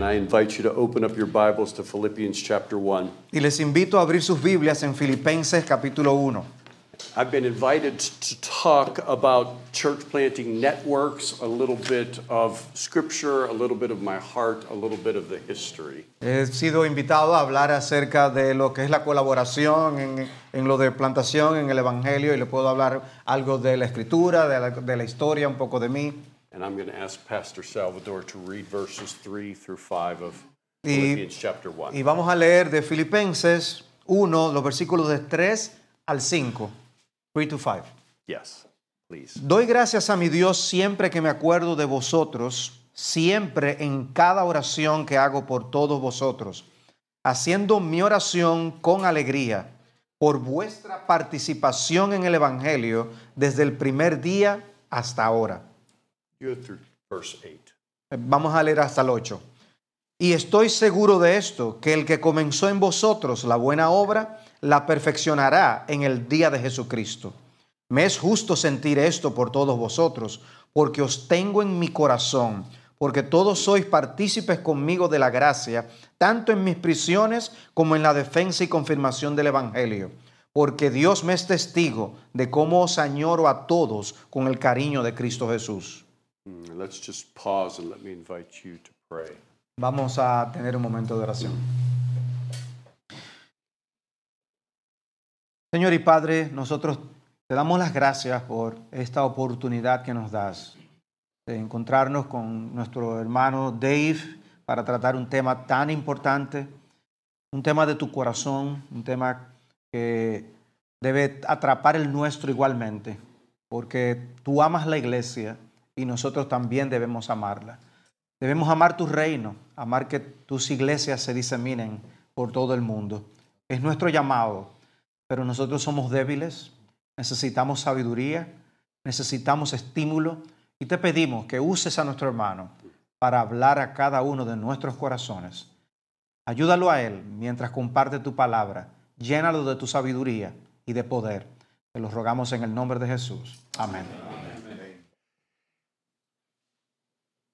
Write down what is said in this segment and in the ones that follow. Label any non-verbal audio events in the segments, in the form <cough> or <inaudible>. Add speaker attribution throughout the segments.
Speaker 1: I invite you to open up your Bibles to Philippians chapter 1.
Speaker 2: Y les invito a abrir sus Biblias en Filipenses capítulo 1.
Speaker 1: I've been invited to talk about church planting networks, a little bit of scripture, a little bit of my heart, a little bit of the history.
Speaker 2: He sido invitado a hablar acerca de lo que es la colaboración en, en lo de plantación en el Evangelio y le puedo hablar algo de la escritura, de la, de la historia, un poco de mí.
Speaker 1: And I'm going to ask Pastor Salvador to read verses 3 through 5 of
Speaker 2: Y-
Speaker 1: Philippians chapter 1.
Speaker 2: Y vamos a leer de Filipenses 1, los versículos de 3 al 5. 3 to 5.
Speaker 1: yes, please.
Speaker 2: Doy gracias a mi Dios siempre que me acuerdo de vosotros, siempre en cada oración que hago por todos vosotros, haciendo mi oración con alegría por vuestra participación en el Evangelio desde el primer día hasta ahora.
Speaker 1: You go through verse 8.
Speaker 2: Vamos a leer hasta el 8. Y estoy seguro de esto, que el que comenzó en vosotros la buena obra, la perfeccionará en el día de Jesucristo. Me es justo sentir esto por todos vosotros, porque os tengo en mi corazón, porque todos sois partícipes conmigo de la gracia, tanto en mis prisiones como en la defensa y confirmación del Evangelio. Porque Dios me es testigo de cómo os añoro a todos con el cariño de Cristo Jesús.
Speaker 1: Mm, Let's just pause and let me invite you to pray.
Speaker 2: Vamos a tener un momento de oración. Señor y Padre, nosotros te damos las gracias por esta oportunidad que nos das de encontrarnos con nuestro hermano Dave para tratar un tema tan importante, un tema de tu corazón, un tema que debe atrapar el nuestro igualmente, porque tú amas la iglesia y nosotros también debemos amarla. Debemos amar tu reino, amar que tus iglesias se diseminen por todo el mundo. Es nuestro llamado, pero nosotros somos débiles, necesitamos sabiduría, necesitamos estímulo y te pedimos que uses a nuestro hermano para hablar a cada uno de nuestros corazones. Ayúdalo a él mientras comparte tu palabra, llénalo de tu sabiduría y de poder. Te lo rogamos en el nombre de Jesús. Amén.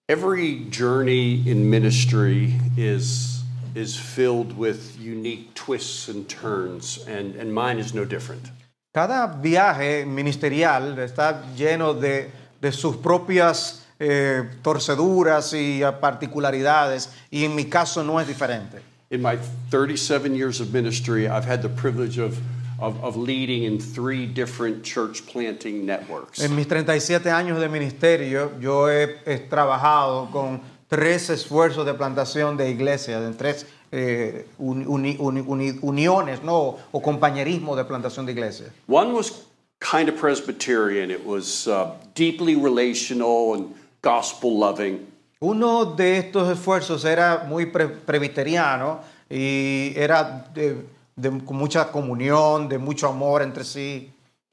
Speaker 1: Every journey in ministry is is filled with unique twists and turns, and, and mine is no different.
Speaker 2: Cada viaje ministerial está lleno de, de sus propias eh, torceduras y eh, particularidades, y en mi caso no es diferente.
Speaker 1: In my 37 years of ministry, I've had the privilege of, of, of leading in three different church planting networks.
Speaker 2: En mis 37 años de ministerio, yo he, he trabajado con tres esfuerzos de plantación de iglesias, en tres eh, uni- uni- uni- uni- uniones ¿no? o compañerismo de plantación de iglesias.
Speaker 1: One was kind of Presbyterian, it was uh, deeply relational and gospel loving.
Speaker 2: Uno de estos esfuerzos era muy pre- presbiteriano y era de, de con mucha comunión, de mucho amor entre sí.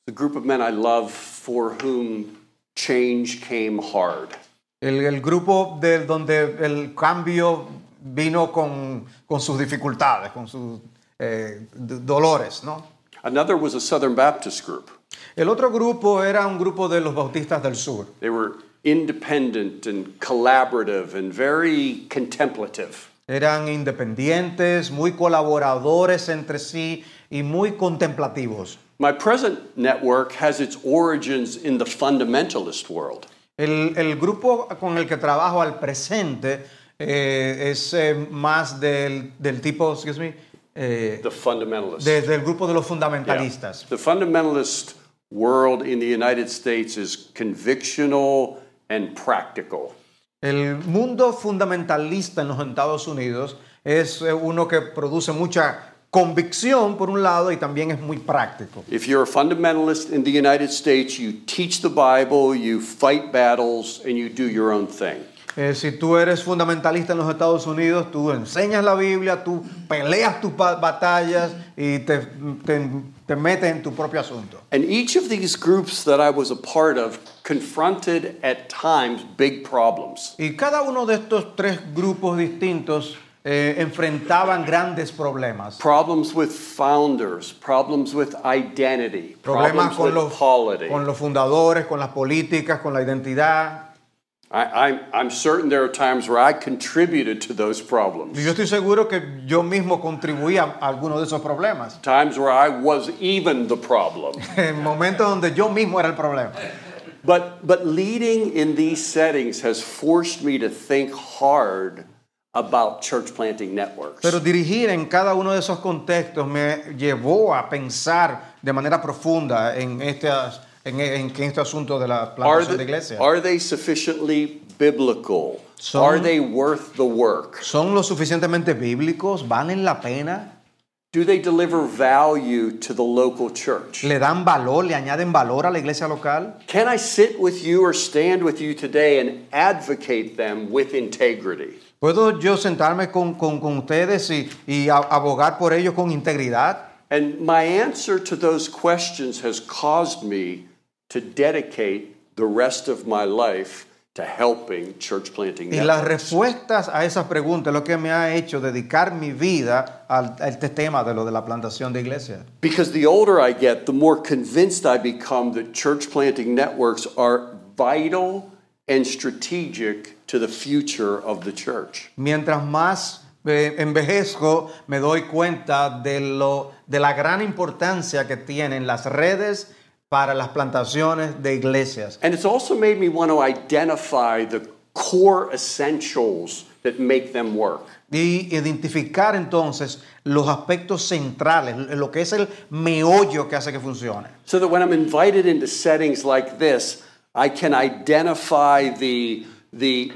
Speaker 1: The group of men I love for whom change came hard.
Speaker 2: El, el grupo de, donde el cambio vino con, con sus dificultades, con sus eh, d- dolores, ¿no?
Speaker 1: Another was a Southern Baptist group.
Speaker 2: El otro grupo era un grupo de los bautistas del sur.
Speaker 1: They were independent and collaborative and very contemplative.
Speaker 2: Eran independientes, muy colaboradores entre sí y muy contemplativos.
Speaker 1: My present network has its origins in the fundamentalist world.
Speaker 2: El, el grupo con el que trabajo al presente eh, es eh, más del, del tipo, excuse me, eh,
Speaker 1: The fundamentalist.
Speaker 2: desde el grupo de los
Speaker 1: Yeah.
Speaker 2: fundamentalistas.
Speaker 1: The fundamentalist world in the United States is convictional and practical.
Speaker 2: El mundo fundamentalista en los Estados Unidos es eh, uno que produce mucha convicción por un lado y también es muy práctico.
Speaker 1: If you're a fundamentalist in the United States, you teach the Bible, you fight battles, and you do your own thing.
Speaker 2: Eh, si tú eres fundamentalista en los Estados Unidos, tú enseñas la Biblia, tú peleas tus ba- batallas y te, te, te metes en tu propio asunto.
Speaker 1: And each of these groups that I was a part of confronted at times big problems.
Speaker 2: Y cada uno de estos tres grupos distintos eh, enfrentaban grandes problemas.
Speaker 1: Problems with founders, problemas with identity,
Speaker 2: Problemas
Speaker 1: problems
Speaker 2: con
Speaker 1: with
Speaker 2: los,
Speaker 1: polity.
Speaker 2: con los fundadores, con las políticas, con la identidad.
Speaker 1: I, I'm, I'm certain there are times where I contributed to those problems,
Speaker 2: Y yo estoy seguro que yo mismo contribuí a algunos de esos problemas, <laughs>
Speaker 1: times where I was even the problem.
Speaker 2: en momentos donde yo mismo era el problema.
Speaker 1: But, but leading in these settings has forced me to think hard about church planting networks.
Speaker 2: Pero dirigir en cada uno de esos contextos me llevó a pensar de manera profunda en este, as- en, en que este asunto de la
Speaker 1: Are,
Speaker 2: plantación de
Speaker 1: the,
Speaker 2: iglesia.
Speaker 1: are they sufficiently biblical?
Speaker 2: Son-
Speaker 1: are they worth the work?
Speaker 2: ¿Son lo suficientemente bíblicos? ¿Valen la pena?
Speaker 1: Do they deliver value to the local church?
Speaker 2: ¿Le dan valor? ¿Le añaden valor a la iglesia local?
Speaker 1: Can I sit with you or stand with you today and advocate them with integrity?
Speaker 2: ¿Puedo yo sentarme con, con- con ustedes y, y a- abogar por ellos con integridad?
Speaker 1: And my answer to those questions has caused me to dedicate the rest of my life to helping church planting
Speaker 2: Y las
Speaker 1: networks.
Speaker 2: respuestas a esas preguntas es lo que me ha hecho dedicar mi vida al, a este tema de lo de la plantación de iglesias.
Speaker 1: Because the older I get, the more convinced I become that church planting networks are vital and strategic to the future of the church.
Speaker 2: Mientras más eh, envejezco, me doy cuenta de, lo, de la gran importancia que tienen las redes para las plantaciones de iglesias.
Speaker 1: And it's also made me want to identify the core essentials that make them work.
Speaker 2: Y identificar entonces los aspectos centrales, lo que es el meollo que hace que funcione.
Speaker 1: So that when I'm invited into settings like this, I can identify the, the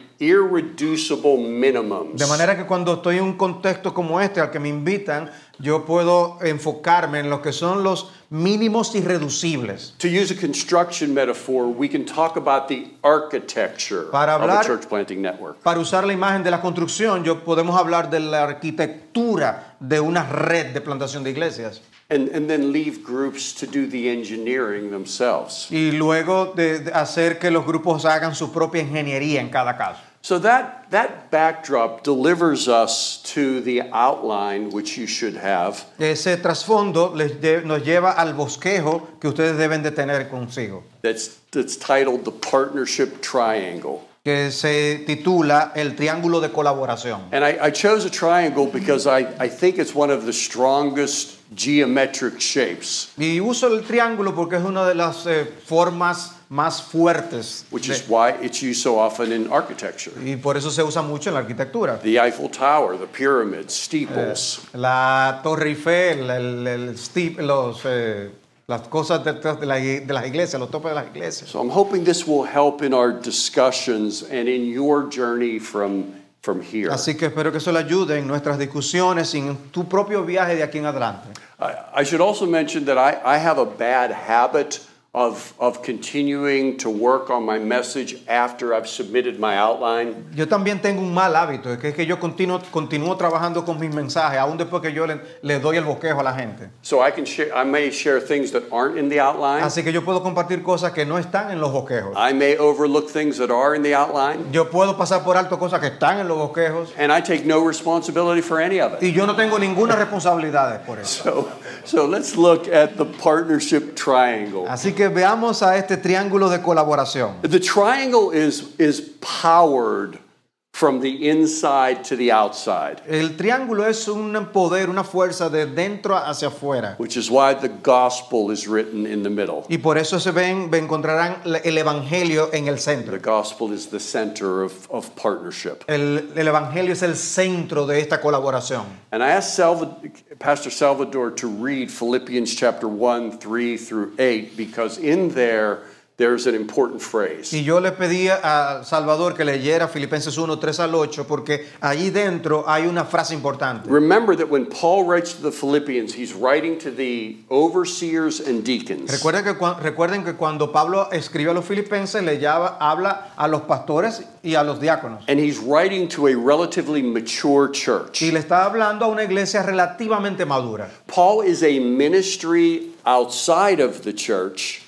Speaker 1: irreducible minimums.
Speaker 2: De manera que cuando estoy en un contexto como este al que me invitan, yo puedo enfocarme en lo que son los mínimos irreducibles.
Speaker 1: to use a construction metaphor, we can talk about the architecture
Speaker 2: Para
Speaker 1: of
Speaker 2: hablar-
Speaker 1: a church planting network.
Speaker 2: Para usar la imagen de la construcción, yo podemos hablar de la arquitectura de una red de plantación de iglesias.
Speaker 1: And, and then leave groups to do the engineering themselves.
Speaker 2: Y luego de, de hacer que los grupos hagan su propia ingeniería en cada caso.
Speaker 1: So that, that backdrop delivers us to the outline which you should have.
Speaker 2: Ese trasfondo les lle- nos lleva al bosquejo que ustedes deben de tener consigo,
Speaker 1: that's, that's titled The Partnership Triangle.
Speaker 2: que se titula El Triángulo de Colaboración.
Speaker 1: And I, I chose a triangle because I, I think it's one of the strongest geometric shapes,
Speaker 2: Y uso el triángulo porque es una de las eh, formas más fuertes
Speaker 1: which
Speaker 2: de-
Speaker 1: is why it's used so often in architecture.
Speaker 2: y por eso se usa mucho en la arquitectura.
Speaker 1: The Eiffel Tower, the pyramids, steeples.
Speaker 2: La Torre Eiffel, el, el steep- los, eh, las cosas detrás de, la- de las iglesias, los topes de las iglesias.
Speaker 1: So I'm hoping this will help in our discussions and in your journey from, from here.
Speaker 2: Así que espero que eso le ayude en nuestras discusiones y en tu propio viaje de aquí en adelante.
Speaker 1: I, I should also mention that I, I have a bad habit of, of continuing to work on my message after I've submitted my outline.
Speaker 2: Yo también tengo un mal hábito, que es que yo continuo, continúo trabajando con mis mensajes, aún después que yo le, le doy el bosquejo a la gente.
Speaker 1: So I can share, I may share things that aren't in the outline.
Speaker 2: Así que yo puedo compartir cosas que no están en los bosquejos.
Speaker 1: I may overlook things that are in the outline.
Speaker 2: Yo puedo pasar por alto cosas que están en los bosquejos
Speaker 1: And I take no responsibility for any of it.
Speaker 2: y yo no tengo ninguna responsabilidad por eso.
Speaker 1: So, so let's look at the partnership triangle.
Speaker 2: Así que veamos a este triángulo de colaboración.
Speaker 1: The triangle is, is powered from the inside to the outside,
Speaker 2: El triángulo es un poder, una fuerza de dentro hacia afuera.
Speaker 1: which is why the gospel is written in the middle.
Speaker 2: Y por eso se ven, ve- encontrarán la- el evangelio en el centro.
Speaker 1: The gospel is the center of, of partnership.
Speaker 2: El, el evangelio es el centro de esta colaboración.
Speaker 1: And I asked Salva- Pastor Salvador to read Philippians chapter 1, 3 through 8, because in there, there's an important phrase.
Speaker 2: Y yo le pedí a Salvador que leyera Filipenses 1, 3 al 8, porque allí dentro hay una frase importante.
Speaker 1: Remember that when Paul writes to the Philippians, he's writing to the overseers and deacons.
Speaker 2: Recuerden que, cua- recuerden que cuando Pablo escribió a los filipenses, le llama- habla a los pastores y a los diáconos.
Speaker 1: And he's writing to a relatively mature church.
Speaker 2: Y le está hablando a una iglesia relativamente madura.
Speaker 1: Paul is a ministry outside of the church,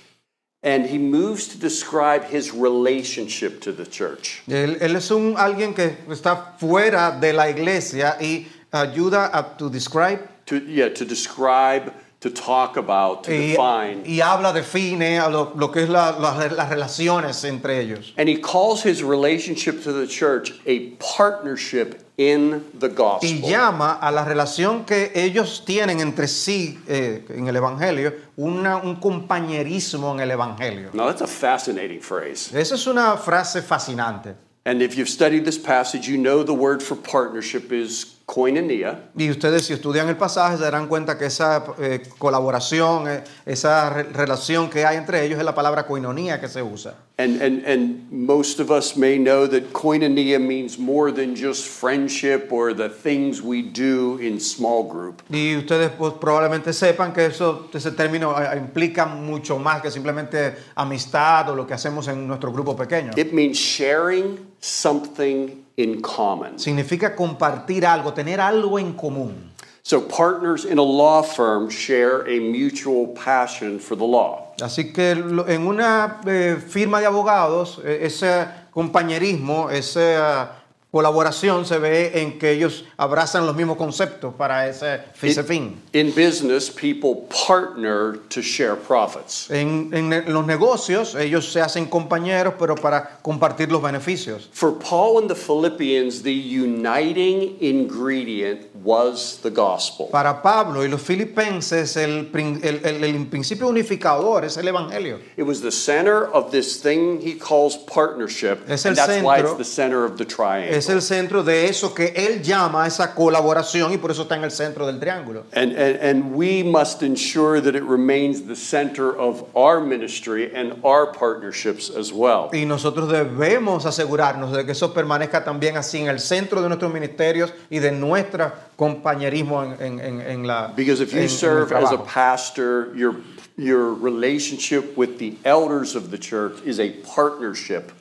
Speaker 1: and he moves to describe his relationship to the church.
Speaker 2: Él, él es un, alguien que está fuera de la iglesia y ayuda a to describe
Speaker 1: To, yeah, to describe to talk about, to
Speaker 2: Y,
Speaker 1: define.
Speaker 2: y habla, define a lo, lo que es la- la- las relaciones entre ellos.
Speaker 1: And he calls his relationship to the church a partnership in the gospel.
Speaker 2: Y llama a la relación que ellos tienen entre sí eh, en el Evangelio una- un compañerismo en el Evangelio.
Speaker 1: Now, that's a fascinating phrase.
Speaker 2: Esa es una frase fascinante.
Speaker 1: And if you've studied this passage, you know the word for partnership is koinonia.
Speaker 2: Y ustedes si estudian el pasaje se darán cuenta que esa eh, colaboración, eh, esa re- relación que hay entre ellos es la palabra coinonía que se usa.
Speaker 1: And, and, and most of us may know that koinonia means more than just friendship or the things we do in small group.
Speaker 2: Y ustedes pues, probablemente sepan que eso, ese término eh, implica mucho más que simplemente amistad o lo que hacemos en nuestro grupo pequeño.
Speaker 1: It means sharing something in common.
Speaker 2: Significa compartir algo, tener algo en común.
Speaker 1: So, partners in a law firm share a mutual passion for the law.
Speaker 2: Así que lo- en una eh, firma de abogados, eh, ese compañerismo, esa colaboración se ve en que ellos abrazan los mismos conceptos para ese, ese fin.
Speaker 1: In business, people partner to share profits.
Speaker 2: En, en ne- los negocios, ellos se hacen compañeros, pero para compartir los beneficios.
Speaker 1: For Paul and the Philippians, the uniting ingredient was the gospel.
Speaker 2: Para Pablo y los filipenses, el, prin- el- el- el principio unificador es el Evangelio.
Speaker 1: It was the center of this thing he calls partnership,
Speaker 2: Es
Speaker 1: and
Speaker 2: el
Speaker 1: that's why it's
Speaker 2: centro.
Speaker 1: the center of the triangle.
Speaker 2: Es el centro de eso que él llama esa colaboración y por eso está en el centro del triángulo.
Speaker 1: and, and, and we must ensure that it remains the center of our ministry and our partnerships as well.
Speaker 2: Y nosotros debemos asegurarnos de que eso permanezca también así en el centro de nuestros ministerios y de nuestro compañerismo en, en- en- en la.
Speaker 1: Because if
Speaker 2: en- en
Speaker 1: you
Speaker 2: el
Speaker 1: serve as a
Speaker 2: trabajo.
Speaker 1: pastor, your, your relationship with the elders of the church is a partnership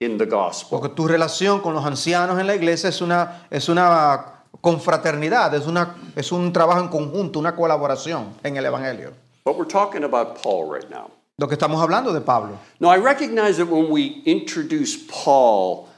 Speaker 1: in the gospel.
Speaker 2: Porque tu relación con los ancianos en la iglesia es una, es una confraternidad, es, una, es un trabajo en conjunto, una colaboración en el Evangelio.
Speaker 1: But we're talking about Paul right now.
Speaker 2: Lo que estamos hablando de Pablo.
Speaker 1: Now, I recognize that when we introduce Paul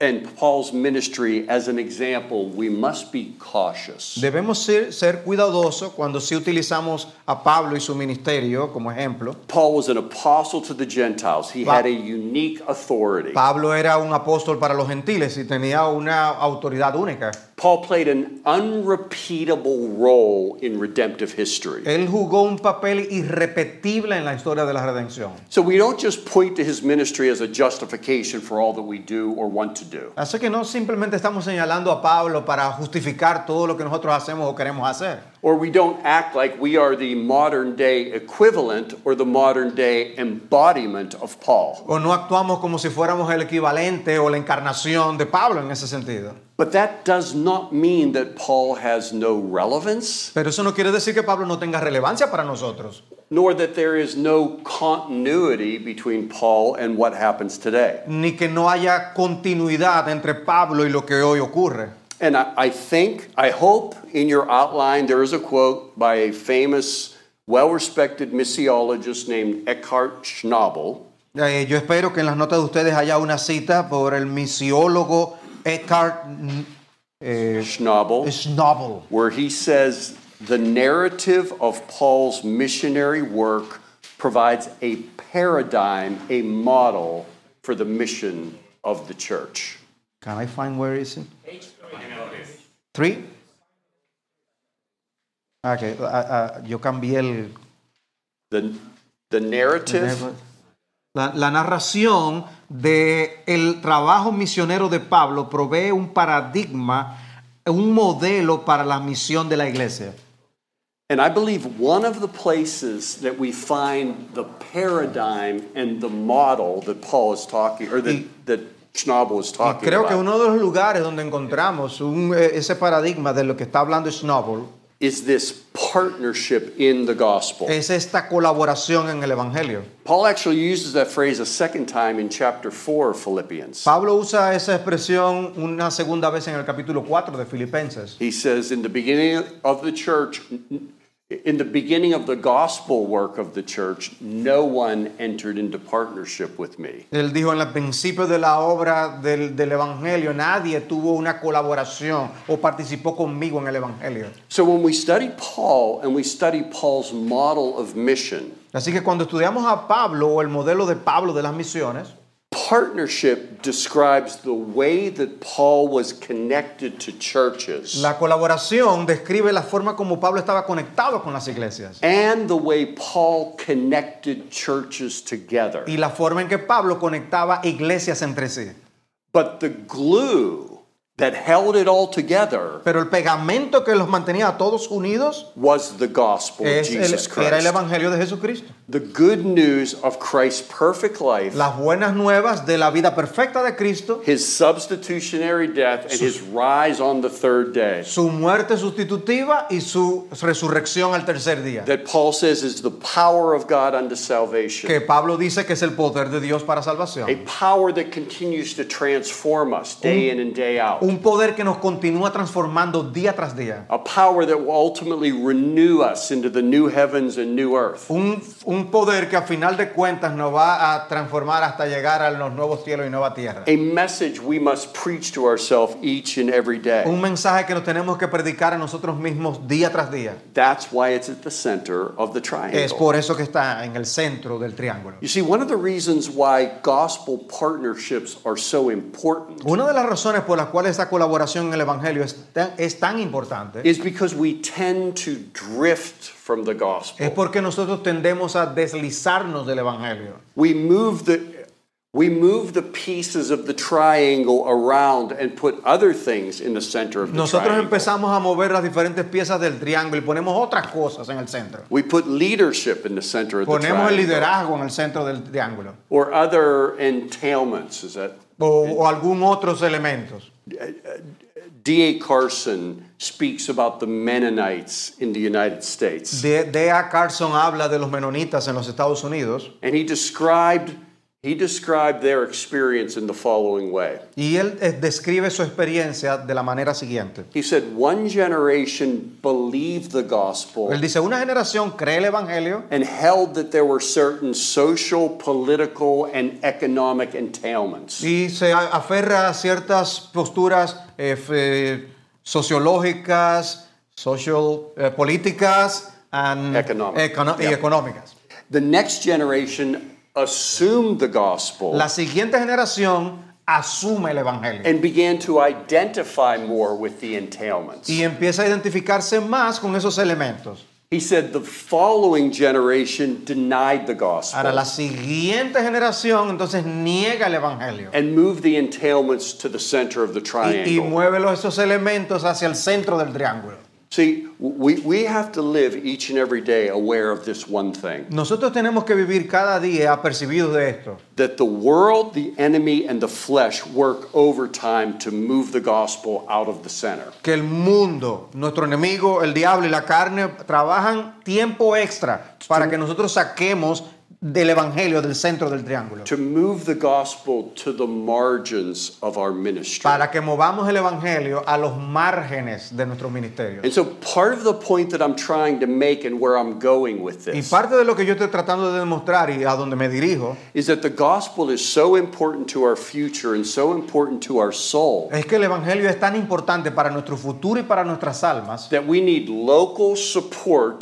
Speaker 1: and Paul's ministry as an example, we must be cautious.
Speaker 2: Debemos ser, ser cuidadosos cuando sí utilizamos a Pablo y su ministerio como ejemplo.
Speaker 1: Paul was an apostle to the Gentiles, he
Speaker 2: Pa-
Speaker 1: had a unique authority.
Speaker 2: Pablo era un apóstol para los gentiles y tenía una autoridad única.
Speaker 1: Paul played an unrepeatable role in redemptive history.
Speaker 2: Él jugó un papel irrepetible en la historia de la redención.
Speaker 1: So we don't just point to his ministry as a justification for all that we do or want to do.
Speaker 2: Así que no simplemente estamos señalando a Pablo para justificar todo lo que nosotros hacemos o queremos hacer.
Speaker 1: Or we don't act like we are the modern day equivalent or the modern day embodiment of Paul.
Speaker 2: O no actuamos como si fuéramos el equivalente o la encarnación de Pablo en ese sentido.
Speaker 1: But that does not mean that Paul has no relevance,
Speaker 2: Pero eso no quiere decir que Pablo no tenga relevancia para nosotros,
Speaker 1: nor that there is no continuity between Paul and what happens today.
Speaker 2: ni que no haya continuidad entre Pablo y lo que hoy ocurre.
Speaker 1: And I, I think, I hope in your outline there is a quote by a famous, well respected missiologist named Eckhart Schnabel.
Speaker 2: Eh, yo espero que en las notas de ustedes haya una cita por el misiólogo Eckhart N- eh,
Speaker 1: Schnabel.
Speaker 2: Schnabel.
Speaker 1: where he says the narrative of Paul's missionary work provides a paradigm, a model for the mission of the church.
Speaker 2: Can I find where is it? Three. Ah, que, ah, ah, yo cambié el.
Speaker 1: The, the narrative
Speaker 2: La, la narración de el trabajo misionero de Pablo provee un paradigma, un modelo para la misión de la iglesia.
Speaker 1: and I believe one of the places that we find the paradigm and the model that Paul is talking or that, that Schnabel is talking
Speaker 2: Mm. Creo que
Speaker 1: about
Speaker 2: uno de los lugares donde encontramos un, eh, ese paradigma de lo que está hablando Snowball
Speaker 1: is this partnership in the gospel.
Speaker 2: es esta colaboración en el Evangelio.
Speaker 1: Paul actually uses that phrase a second time in chapter 4 of Philippians.
Speaker 2: Pablo usa esa expresión una segunda vez en el capítulo 4 de Filipenses.
Speaker 1: He says, in the beginning of the church, In the beginning of the gospel work of the church, no one entered into partnership with me.
Speaker 2: Él dijo en el principio de la obra del, del Evangelio, nadie tuvo una colaboración o participó conmigo en el Evangelio.
Speaker 1: So when we study Paul and we study Paul's model of mission,
Speaker 2: Así que cuando estudiamos a Pablo o el modelo de Pablo de las misiones,
Speaker 1: partnership describes the way that Paul was connected to churches
Speaker 2: la colaboración describe la forma como Pablo estaba conectado con las iglesias
Speaker 1: and the way Paul connected churches together.
Speaker 2: y la forma en que Pablo conectaba iglesias entre sí.
Speaker 1: But the glue that held it all together
Speaker 2: Pero el pegamento que los mantenía a todos unidos
Speaker 1: was the gospel of
Speaker 2: es el-
Speaker 1: Oh, Jesus
Speaker 2: era el
Speaker 1: Christ.
Speaker 2: Evangelio de Jesucristo.
Speaker 1: The good news of Christ's perfect life,
Speaker 2: Las buenas nuevas de la vida perfecta de Cristo,
Speaker 1: his substitutionary death, and his rise on the third day.
Speaker 2: su muerte sustitutiva y su resurrección al tercer día.
Speaker 1: That Paul says is the power of God unto salvation.
Speaker 2: Que Pablo dice que es el poder de Dios para
Speaker 1: A
Speaker 2: salvación.
Speaker 1: power that continues to transform us day in and day out.
Speaker 2: Un poder que nos continúa transformando día tras día.
Speaker 1: A power that will ultimately renew us into the new heavens and new earth.
Speaker 2: Un, un poder que a final de cuentas nos va a transformar hasta llegar a los nuevos cielos y nueva tierra.
Speaker 1: A message we must preach to ourselves each and every day.
Speaker 2: Un mensaje que nos tenemos que predicar a nosotros mismos día tras día.
Speaker 1: That's why it's at the center of the
Speaker 2: Es
Speaker 1: triangle.
Speaker 2: por eso que está en el centro del triángulo.
Speaker 1: You see, one of the reasons why gospel partnerships are so important
Speaker 2: Una de las razones por las cuales esa colaboración en el Evangelio es tan, es tan importante
Speaker 1: is because we tend to drift from the
Speaker 2: es
Speaker 1: gospel.
Speaker 2: porque nosotros tendemos a deslizarnos del Evangelio.
Speaker 1: We move the we move the pieces of the triangle around and put other things in the center of the
Speaker 2: Nosotros
Speaker 1: triangle.
Speaker 2: empezamos a mover las diferentes piezas del triángulo y ponemos otras cosas en el centro.
Speaker 1: We put leadership in the center of the
Speaker 2: Ponemos
Speaker 1: triangle.
Speaker 2: el liderazgo en el centro del triángulo
Speaker 1: Or other entailments. Is that
Speaker 2: o, o algún otros elementos.
Speaker 1: D.A. Carson speaks about the Mennonites in the United States.
Speaker 2: D- D.A. Carson habla de los menonitas en los Estados Unidos
Speaker 1: And he described he described their experience in the following way.
Speaker 2: y él eh, describe su experiencia de la manera siguiente.
Speaker 1: He said one generation believed the gospel
Speaker 2: Él dice, una generación cree el Evangelio
Speaker 1: and held that there were certain social, political, and economic entailments.
Speaker 2: y se a- aferra a ciertas posturas eh, f- sociológicas, social, eh, políticas and-
Speaker 1: Economic.
Speaker 2: econo- y
Speaker 1: Yeah.
Speaker 2: económicas.
Speaker 1: The next generation assumed the gospel
Speaker 2: La siguiente generación asume el Evangelio
Speaker 1: and began to identify more with the entailments.
Speaker 2: y empieza a identificarse más con esos elementos.
Speaker 1: He said the following generation denied the
Speaker 2: Ahora,
Speaker 1: gospel
Speaker 2: la siguiente generación entonces niega el Evangelio
Speaker 1: and moved the entailments to the center of the
Speaker 2: y, y
Speaker 1: triangle.
Speaker 2: mueve los- esos elementos hacia el centro del triángulo.
Speaker 1: See, we, we have to live each and every day aware of this one thing
Speaker 2: Nosotros tenemos que vivir cada día apercibidos de esto.
Speaker 1: that the world, the enemy, and the flesh work overtime to move the gospel out of the center.
Speaker 2: que el mundo, nuestro enemigo, el diablo y la carne trabajan tiempo extra para que nosotros saquemos del evangelio del centro del triángulo.
Speaker 1: To move the gospel to the margins of our ministry.
Speaker 2: Para que movamos el evangelio a los márgenes de nuestro ministerio.
Speaker 1: And so, part of the point that I'm trying to make and where I'm going with
Speaker 2: Y
Speaker 1: this
Speaker 2: parte de lo que yo estoy tratando de demostrar y a donde me dirijo
Speaker 1: is that the gospel is so important to our future and so important to our soul
Speaker 2: es que el evangelio es tan importante para nuestro futuro y para nuestras almas
Speaker 1: that we need local support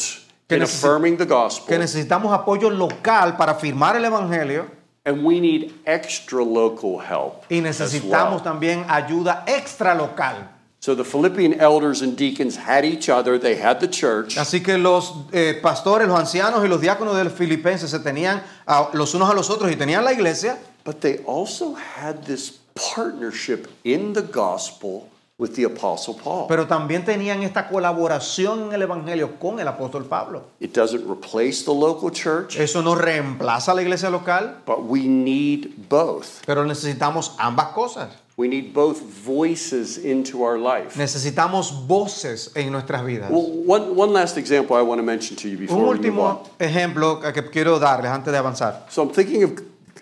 Speaker 2: Que
Speaker 1: in
Speaker 2: necesi-
Speaker 1: affirming the
Speaker 2: que
Speaker 1: gospel.
Speaker 2: necesitamos apoyo local para firmar el evangelio
Speaker 1: And we need extra local help.
Speaker 2: y
Speaker 1: as
Speaker 2: necesitamos
Speaker 1: well.
Speaker 2: también ayuda extra local.
Speaker 1: So the Philippian elders and deacons had each other, they had the church,
Speaker 2: Así que los eh, pastores, los ancianos y los diáconos de los filipenses se tenían a- los unos a los otros y tenían la iglesia,
Speaker 1: but they also had this partnership in the gospel with the Apostle Paul.
Speaker 2: pero también tenían esta colaboración en el Evangelio con el apóstol Pablo.
Speaker 1: it doesn't replace the local church,
Speaker 2: Eso no reemplaza a la iglesia local,
Speaker 1: but we need both.
Speaker 2: pero necesitamos ambas cosas.
Speaker 1: We need both voices into our life.
Speaker 2: Necesitamos voces en nuestras vidas.
Speaker 1: Well, one, one last example I want to mention to you
Speaker 2: Un
Speaker 1: before we move on.
Speaker 2: último ejemplo que- que quiero darles antes de avanzar.
Speaker 1: So I'm thinking of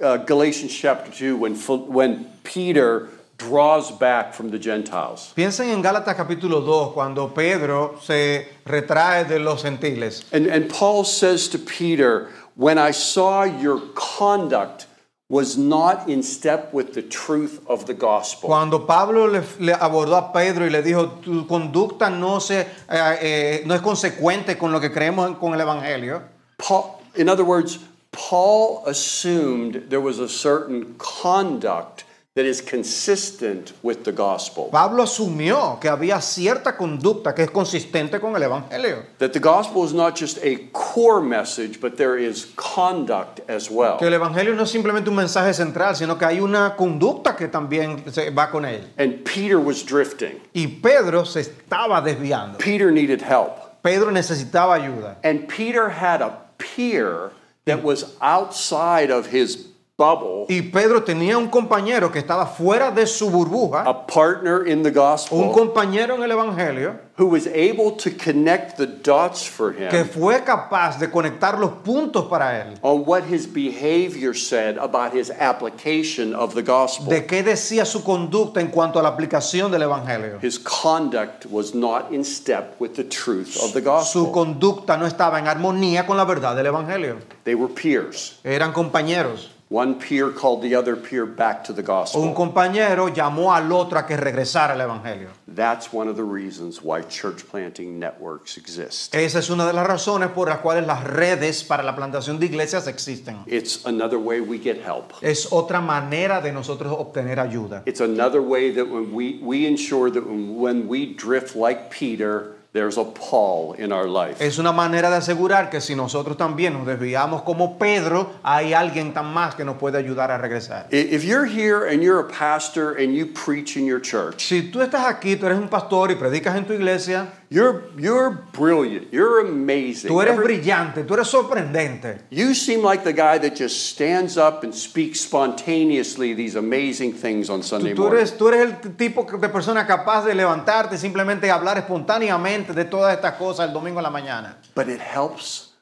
Speaker 1: uh, Galatians chapter 2 when, Phil- when Peter draws back from the Gentiles.
Speaker 2: Piensen en Gálatas capítulo 2, cuando Pedro se retrae de los gentiles.
Speaker 1: And, and Paul says to Peter, When I saw your conduct was not in step with the truth of the gospel.
Speaker 2: Cuando Pablo le, le abordó a Pedro y le dijo, tu conducta no, se, eh, eh, no es consecuente con lo que creemos en- con el Evangelio.
Speaker 1: Paul, in other words, Paul assumed there was a certain conduct that is consistent with the gospel.
Speaker 2: Pablo asumió que había cierta conducta que es consistente con el Evangelio.
Speaker 1: That the gospel is not just a core message, but there is conduct as well.
Speaker 2: Que el Evangelio no es simplemente un mensaje central, sino que hay una conducta que también se va con él.
Speaker 1: And Peter was drifting.
Speaker 2: Y Pedro se estaba desviando.
Speaker 1: Peter needed help.
Speaker 2: Pedro necesitaba ayuda.
Speaker 1: And Peter had a peer that was outside of his bubble,
Speaker 2: Y Pedro tenía un compañero que estaba fuera de su burbuja,
Speaker 1: a partner in the
Speaker 2: un
Speaker 1: gospel,
Speaker 2: compañero en el Evangelio,
Speaker 1: who was able to connect the dots for
Speaker 2: que
Speaker 1: him
Speaker 2: fue capaz de conectar los puntos para él.
Speaker 1: on what his behavior said about his application of the gospel.
Speaker 2: De qué decía su conducta en cuanto a la aplicación del Evangelio.
Speaker 1: His conduct was not in step with the truth of the
Speaker 2: Su
Speaker 1: gospel.
Speaker 2: conducta no estaba en armonía con la verdad del Evangelio.
Speaker 1: They were peers.
Speaker 2: Eran compañeros.
Speaker 1: One peer called the other peer back to the
Speaker 2: Un
Speaker 1: gospel.
Speaker 2: compañero llamó al otro a que regresara al Evangelio.
Speaker 1: That's one of the reasons why church planting networks exist.
Speaker 2: Esa es una de las razones por las cuales las redes para la plantación de iglesias existen.
Speaker 1: It's another way we get help.
Speaker 2: Es otra manera de nosotros obtener ayuda.
Speaker 1: It's another way that when we, we ensure that when, when we drift like Peter, there's a Paul in our life.
Speaker 2: Es una manera de asegurar que si nosotros también nos desviamos como Pedro, hay alguien tan más que nos puede ayudar a regresar.
Speaker 1: I- if you're here and you're a pastor and you preach in your church,
Speaker 2: Si tú estás aquí, tú eres un pastor y predicas en tu iglesia,
Speaker 1: you're, you're brilliant, you're amazing.
Speaker 2: tú eres
Speaker 1: Every-
Speaker 2: brillante, tú eres sorprendente.
Speaker 1: you seem like the guy that just stands up and speaks spontaneously these amazing things on Sunday
Speaker 2: Tú, tú
Speaker 1: morning.
Speaker 2: eres, tú eres el tipo que- de persona capaz de levantarte y simplemente hablar espontáneamente de todas estas cosas el domingo en la mañana.
Speaker 1: But it helps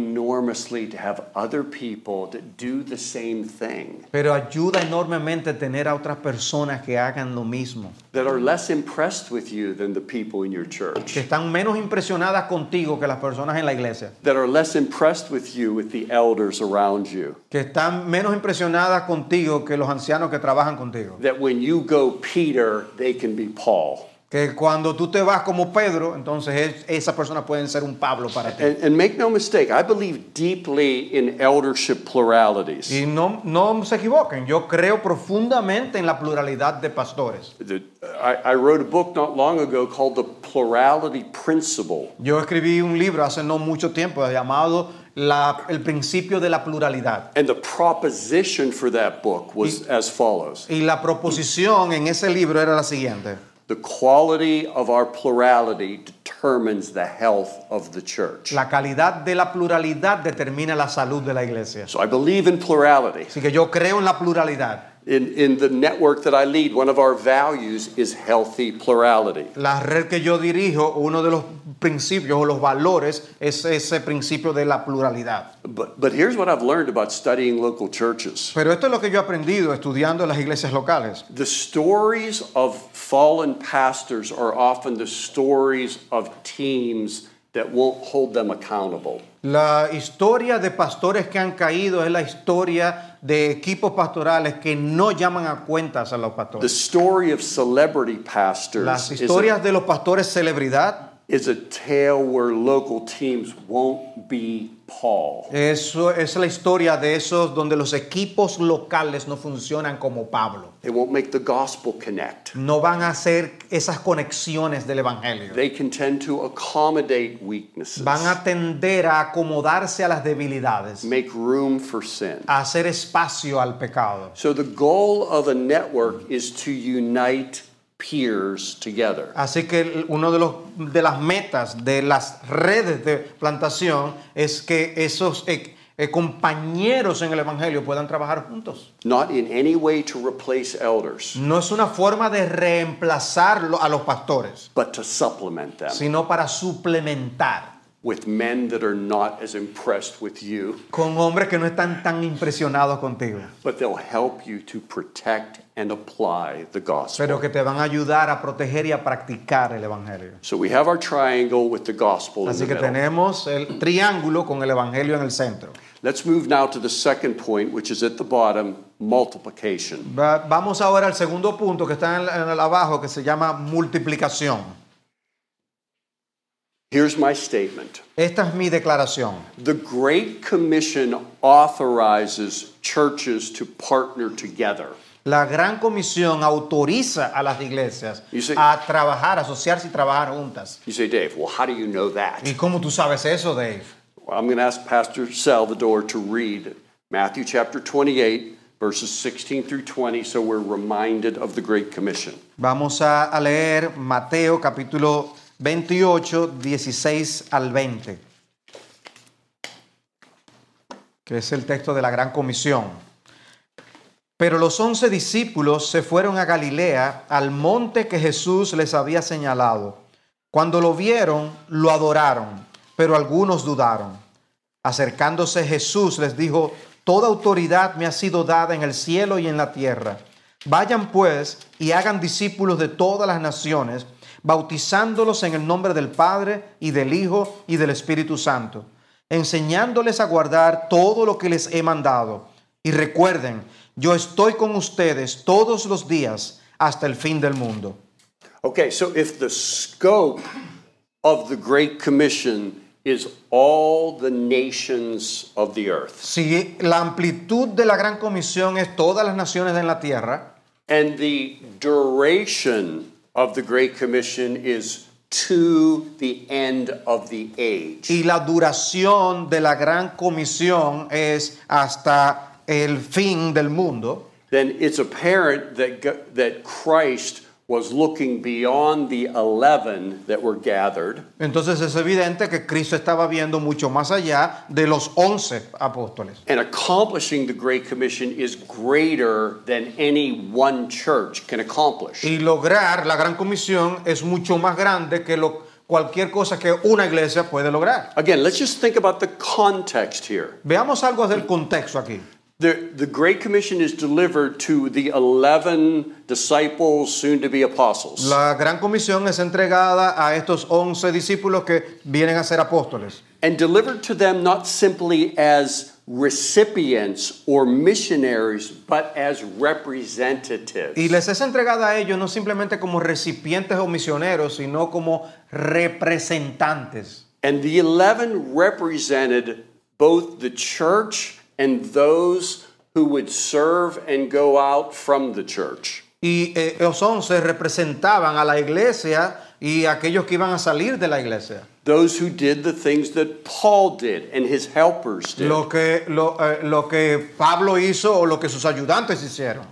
Speaker 1: enormously to have other people that do the same thing,
Speaker 2: Pero ayuda enormemente tener a otras personas que hagan lo mismo,
Speaker 1: that are less impressed with you than the people in your church.
Speaker 2: que están menos impresionadas contigo que las personas en la iglesia,
Speaker 1: that are less impressed with you, with the elders around you.
Speaker 2: que están menos impresionadas contigo que los ancianos que trabajan contigo,
Speaker 1: That when you go Peter, they can be Paul.
Speaker 2: que cuando tú te vas como Pedro, entonces es- esas personas pueden ser un Pablo para ti.
Speaker 1: And, and make no mistake, I believe deeply in eldership pluralities.
Speaker 2: Y no, no se equivoquen, yo creo profundamente en la pluralidad de pastores.
Speaker 1: The- I, I wrote a book not long ago called The Plurality Principle.
Speaker 2: Yo escribí un libro hace no mucho tiempo llamado La- El principio de la pluralidad.
Speaker 1: And the proposition for that book was as follows
Speaker 2: Y la proposición en ese libro era la siguiente.
Speaker 1: The quality of our plurality determines the health of the church.
Speaker 2: La calidad de la pluralidad determina la salud de la iglesia.
Speaker 1: So I believe in plurality.
Speaker 2: Así que yo creo en la pluralidad.
Speaker 1: In, in the network that I lead, one of our values is healthy plurality.
Speaker 2: La red que yo dirijo, uno de los principios o los valores es ese principio de la pluralidad.
Speaker 1: But, but here's what I've learned about studying local churches
Speaker 2: Pero esto es lo que yo he aprendido estudiando en las iglesias locales.
Speaker 1: the stories of fallen pastors are often the stories of teams that won't hold them accountable.
Speaker 2: La historia de pastores que han caído es la historia de equipos pastorales que no llaman a cuentas a los
Speaker 1: The
Speaker 2: pastores.
Speaker 1: story of celebrity
Speaker 2: Las
Speaker 1: pastors is a,
Speaker 2: historias de los pastores celebridad
Speaker 1: is a tale where local teams won't be Paul.
Speaker 2: eso es la historia de esos donde los equipos locales no funcionan como Pablo.
Speaker 1: They won't make the gospel connect.
Speaker 2: No van a hacer esas conexiones del evangelio.
Speaker 1: They can tend to accommodate weaknesses.
Speaker 2: Van a tender a acomodarse a las debilidades,
Speaker 1: make room for sin.
Speaker 2: a hacer espacio al pecado.
Speaker 1: So the goal of a network is to unite peers together.
Speaker 2: Así que una de, los- de las metas de las redes de plantación es que esos eh, eh, compañeros en el Evangelio puedan trabajar juntos.
Speaker 1: Not in any way to replace elders,
Speaker 2: No es una forma de reemplazar lo- a los pastores,
Speaker 1: but to supplement them.
Speaker 2: sino para suplementar.
Speaker 1: with men that are not as impressed with you,
Speaker 2: con hombres que no están tan impresionados contigo,
Speaker 1: but they'll help you to protect and apply the gospel.
Speaker 2: pero que te van a ayudar a proteger y a practicar el Evangelio.
Speaker 1: So we have our triangle with the gospel in
Speaker 2: Así
Speaker 1: the
Speaker 2: que
Speaker 1: middle.
Speaker 2: tenemos el triángulo con el Evangelio en el centro.
Speaker 1: Let's move now to the second point, which is at the bottom multiplication.
Speaker 2: Va- Vamos ahora al segundo punto que está en el- en el abajo, que se llama multiplicación.
Speaker 1: Here's my statement
Speaker 2: Esta es mi declaración.
Speaker 1: The Great Commission authorizes churches to partner together.
Speaker 2: La Gran Comisión autoriza a las iglesias
Speaker 1: You see-
Speaker 2: a trabajar, asociarse y trabajar juntas.
Speaker 1: You say, Dave, well, how do you know
Speaker 2: ¿Y
Speaker 1: that?
Speaker 2: cómo tú sabes eso, Dave?
Speaker 1: Well, I'm going to ask Pastor Salvador to read Matthew chapter 28, verses 16 through 20, so we're reminded of the Great Commission.
Speaker 2: Vamos a, a leer Mateo capítulo 28, 16 al 20, que es el texto de la Gran Comisión. Pero los once discípulos se fueron a Galilea, al monte que Jesús les había señalado. Cuando lo vieron, lo adoraron, pero algunos dudaron. Acercándose Jesús les dijo, Toda autoridad me ha sido dada en el cielo y en la tierra. Vayan pues y hagan discípulos de todas las naciones, bautizándolos en el nombre del Padre y del Hijo y del Espíritu Santo, enseñándoles a guardar todo lo que les he mandado. Y recuerden, yo estoy con ustedes todos los días hasta el fin del mundo.
Speaker 1: Okay, so if the scope of the Great Commission is all the nations of the earth,
Speaker 2: Si la amplitud de la gran comisión es todas las naciones en la tierra,
Speaker 1: and the duration of the Great Commission is to the end of the age,
Speaker 2: Y la duración de la gran comisión es hasta el fin del mundo.
Speaker 1: then it's apparent that, G- that Christ was looking beyond the 11 that were gathered
Speaker 2: Entonces es evidente que Cristo estaba viendo mucho más allá de los once apóstoles.
Speaker 1: and accomplishing the Great Commission is greater than any one church can accomplish.
Speaker 2: Y lograr la gran comisión es mucho más grande que lo- cualquier cosa que una iglesia puede lograr.
Speaker 1: Again, let's just think about the context here.
Speaker 2: Veamos algo del contexto aquí.
Speaker 1: The, the Great Commission is delivered to the 11 disciples, soon to be apostles.
Speaker 2: La gran comisión es entregada a estos once discípulos que vienen a ser apóstoles.
Speaker 1: And delivered to them not simply as recipients or missionaries, but as representatives.
Speaker 2: Y les es entregada a ellos no simplemente como recipientes o misioneros, sino como representantes.
Speaker 1: And the 11 represented both the church and those who would serve and go out from the church.
Speaker 2: Y eh, los once representaban a la iglesia y a aquellos que iban a salir de la iglesia.
Speaker 1: Those who did the things that Paul did and his helpers did.
Speaker 2: Lo que, lo, eh, lo que Pablo hizo o lo que sus ayudantes hicieron.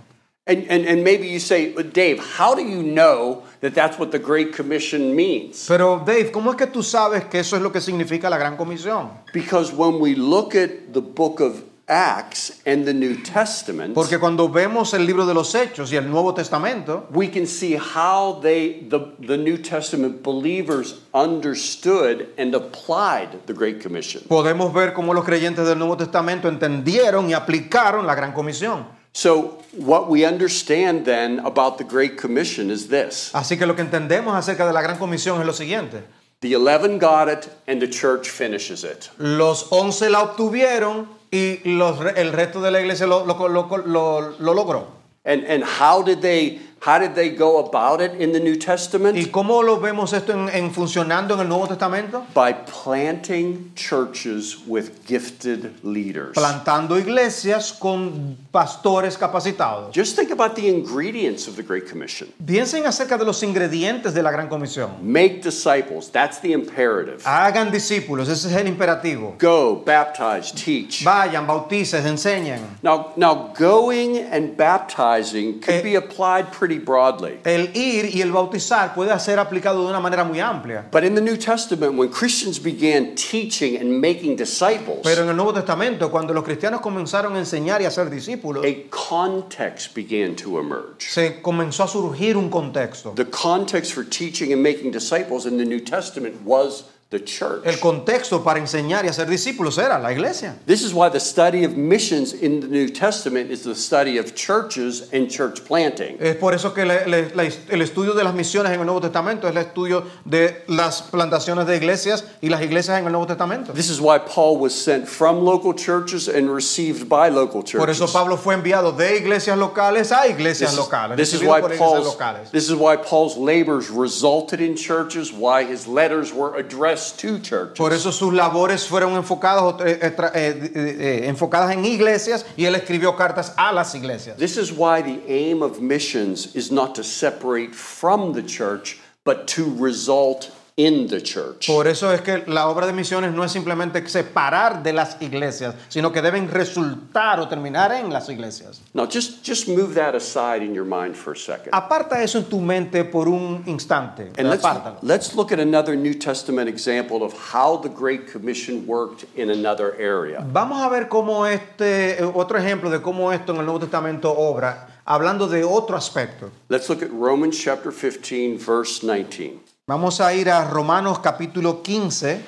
Speaker 1: And, and, and maybe you say, "But Dave, how do you know that that's what the Great Commission means?
Speaker 2: Pero Dave, ¿cómo es que tú sabes que eso es lo que significa la gran comisión?
Speaker 1: Because when we look at the book of Acts and the New Testament,
Speaker 2: Porque cuando vemos el libro de los Hechos y el Nuevo Testamento,
Speaker 1: we can see how they, the, the New Testament believers understood and applied the Great Commission.
Speaker 2: podemos ver cómo los creyentes del Nuevo Testamento entendieron y aplicaron la gran comisión.
Speaker 1: So, what we understand then about the Great Commission is this
Speaker 2: Así que lo que entendemos acerca de la gran comisión es lo siguiente.
Speaker 1: the 11 got it, and the church finishes it.
Speaker 2: Los 11 la obtuvieron y los re- el resto de la iglesia lo, lo- lo- lo- lo logró.
Speaker 1: And, and how, did they, how did they go about it in the New Testament?
Speaker 2: ¿Y cómo lo vemos esto en, en funcionando en el Nuevo Testamento?
Speaker 1: by planting churches with gifted leaders.
Speaker 2: Plantando iglesias con pastores capacitados.
Speaker 1: Just think about the ingredients of the Great Commission.
Speaker 2: Piensen acerca de los ingredientes de la gran comisión.
Speaker 1: Make disciples, that's the imperative.
Speaker 2: Hagan discípulos, ese es el imperativo.
Speaker 1: Go, baptize, teach.
Speaker 2: Vayan, bauticen, enseñen.
Speaker 1: Now, now going and baptizing could
Speaker 2: Eh.
Speaker 1: be applied pretty broadly.
Speaker 2: El ir y el bautizar puede ser aplicado de una manera muy amplia.
Speaker 1: But in the New Testament, when Christians began teaching and making disciples,
Speaker 2: Pero en el Nuevo Testamento, cuando los cristianos comenzaron a enseñar y a ser discípulos,
Speaker 1: a context began to emerge.
Speaker 2: se comenzó a surgir un contexto.
Speaker 1: The context for teaching and making disciples in the New Testament was the church.
Speaker 2: El contexto para enseñar y hacer discípulos era la iglesia.
Speaker 1: This is why the study of missions in the New Testament is the study of churches and church planting.
Speaker 2: Es por eso que la- la- la- el estudio de las misiones en el Nuevo Testamento es el estudio de las plantaciones de iglesias y las iglesias en el Nuevo Testamento.
Speaker 1: This is why Paul was sent from local churches and received by local
Speaker 2: Por
Speaker 1: churches.
Speaker 2: eso Pablo fue enviado de iglesias locales a iglesias
Speaker 1: This is,
Speaker 2: locales.
Speaker 1: this is
Speaker 2: recibido
Speaker 1: why
Speaker 2: por iglesias
Speaker 1: Paul's,
Speaker 2: locales.
Speaker 1: this is why Paul's labors resulted in churches, why his letters were addressed to churches.
Speaker 2: Por eso sus labores fueron enfocadas, eh, eh, tra- eh, eh, eh, enfocadas en iglesias y él escribió cartas a las iglesias.
Speaker 1: This is why the aim of missions is not to separate from the church, but to result in the church.
Speaker 2: Por eso es que la obra de misiones no es simplemente separar de las iglesias, sino que deben resultar o terminar en las iglesias.
Speaker 1: Now, just, just move that aside in your mind for a second.
Speaker 2: Aparta eso en tu mente por un instante.
Speaker 1: And let's,
Speaker 2: apártalo.
Speaker 1: let's look at another New Testament example of how the Great Commission worked in another area.
Speaker 2: Vamos a ver cómo este, eh, otro ejemplo de cómo esto en el Nuevo Testamento obra, hablando de otro aspecto.
Speaker 1: Let's look at Romans chapter 15, verse 19.
Speaker 2: Vamos a ir a Romanos capítulo 15,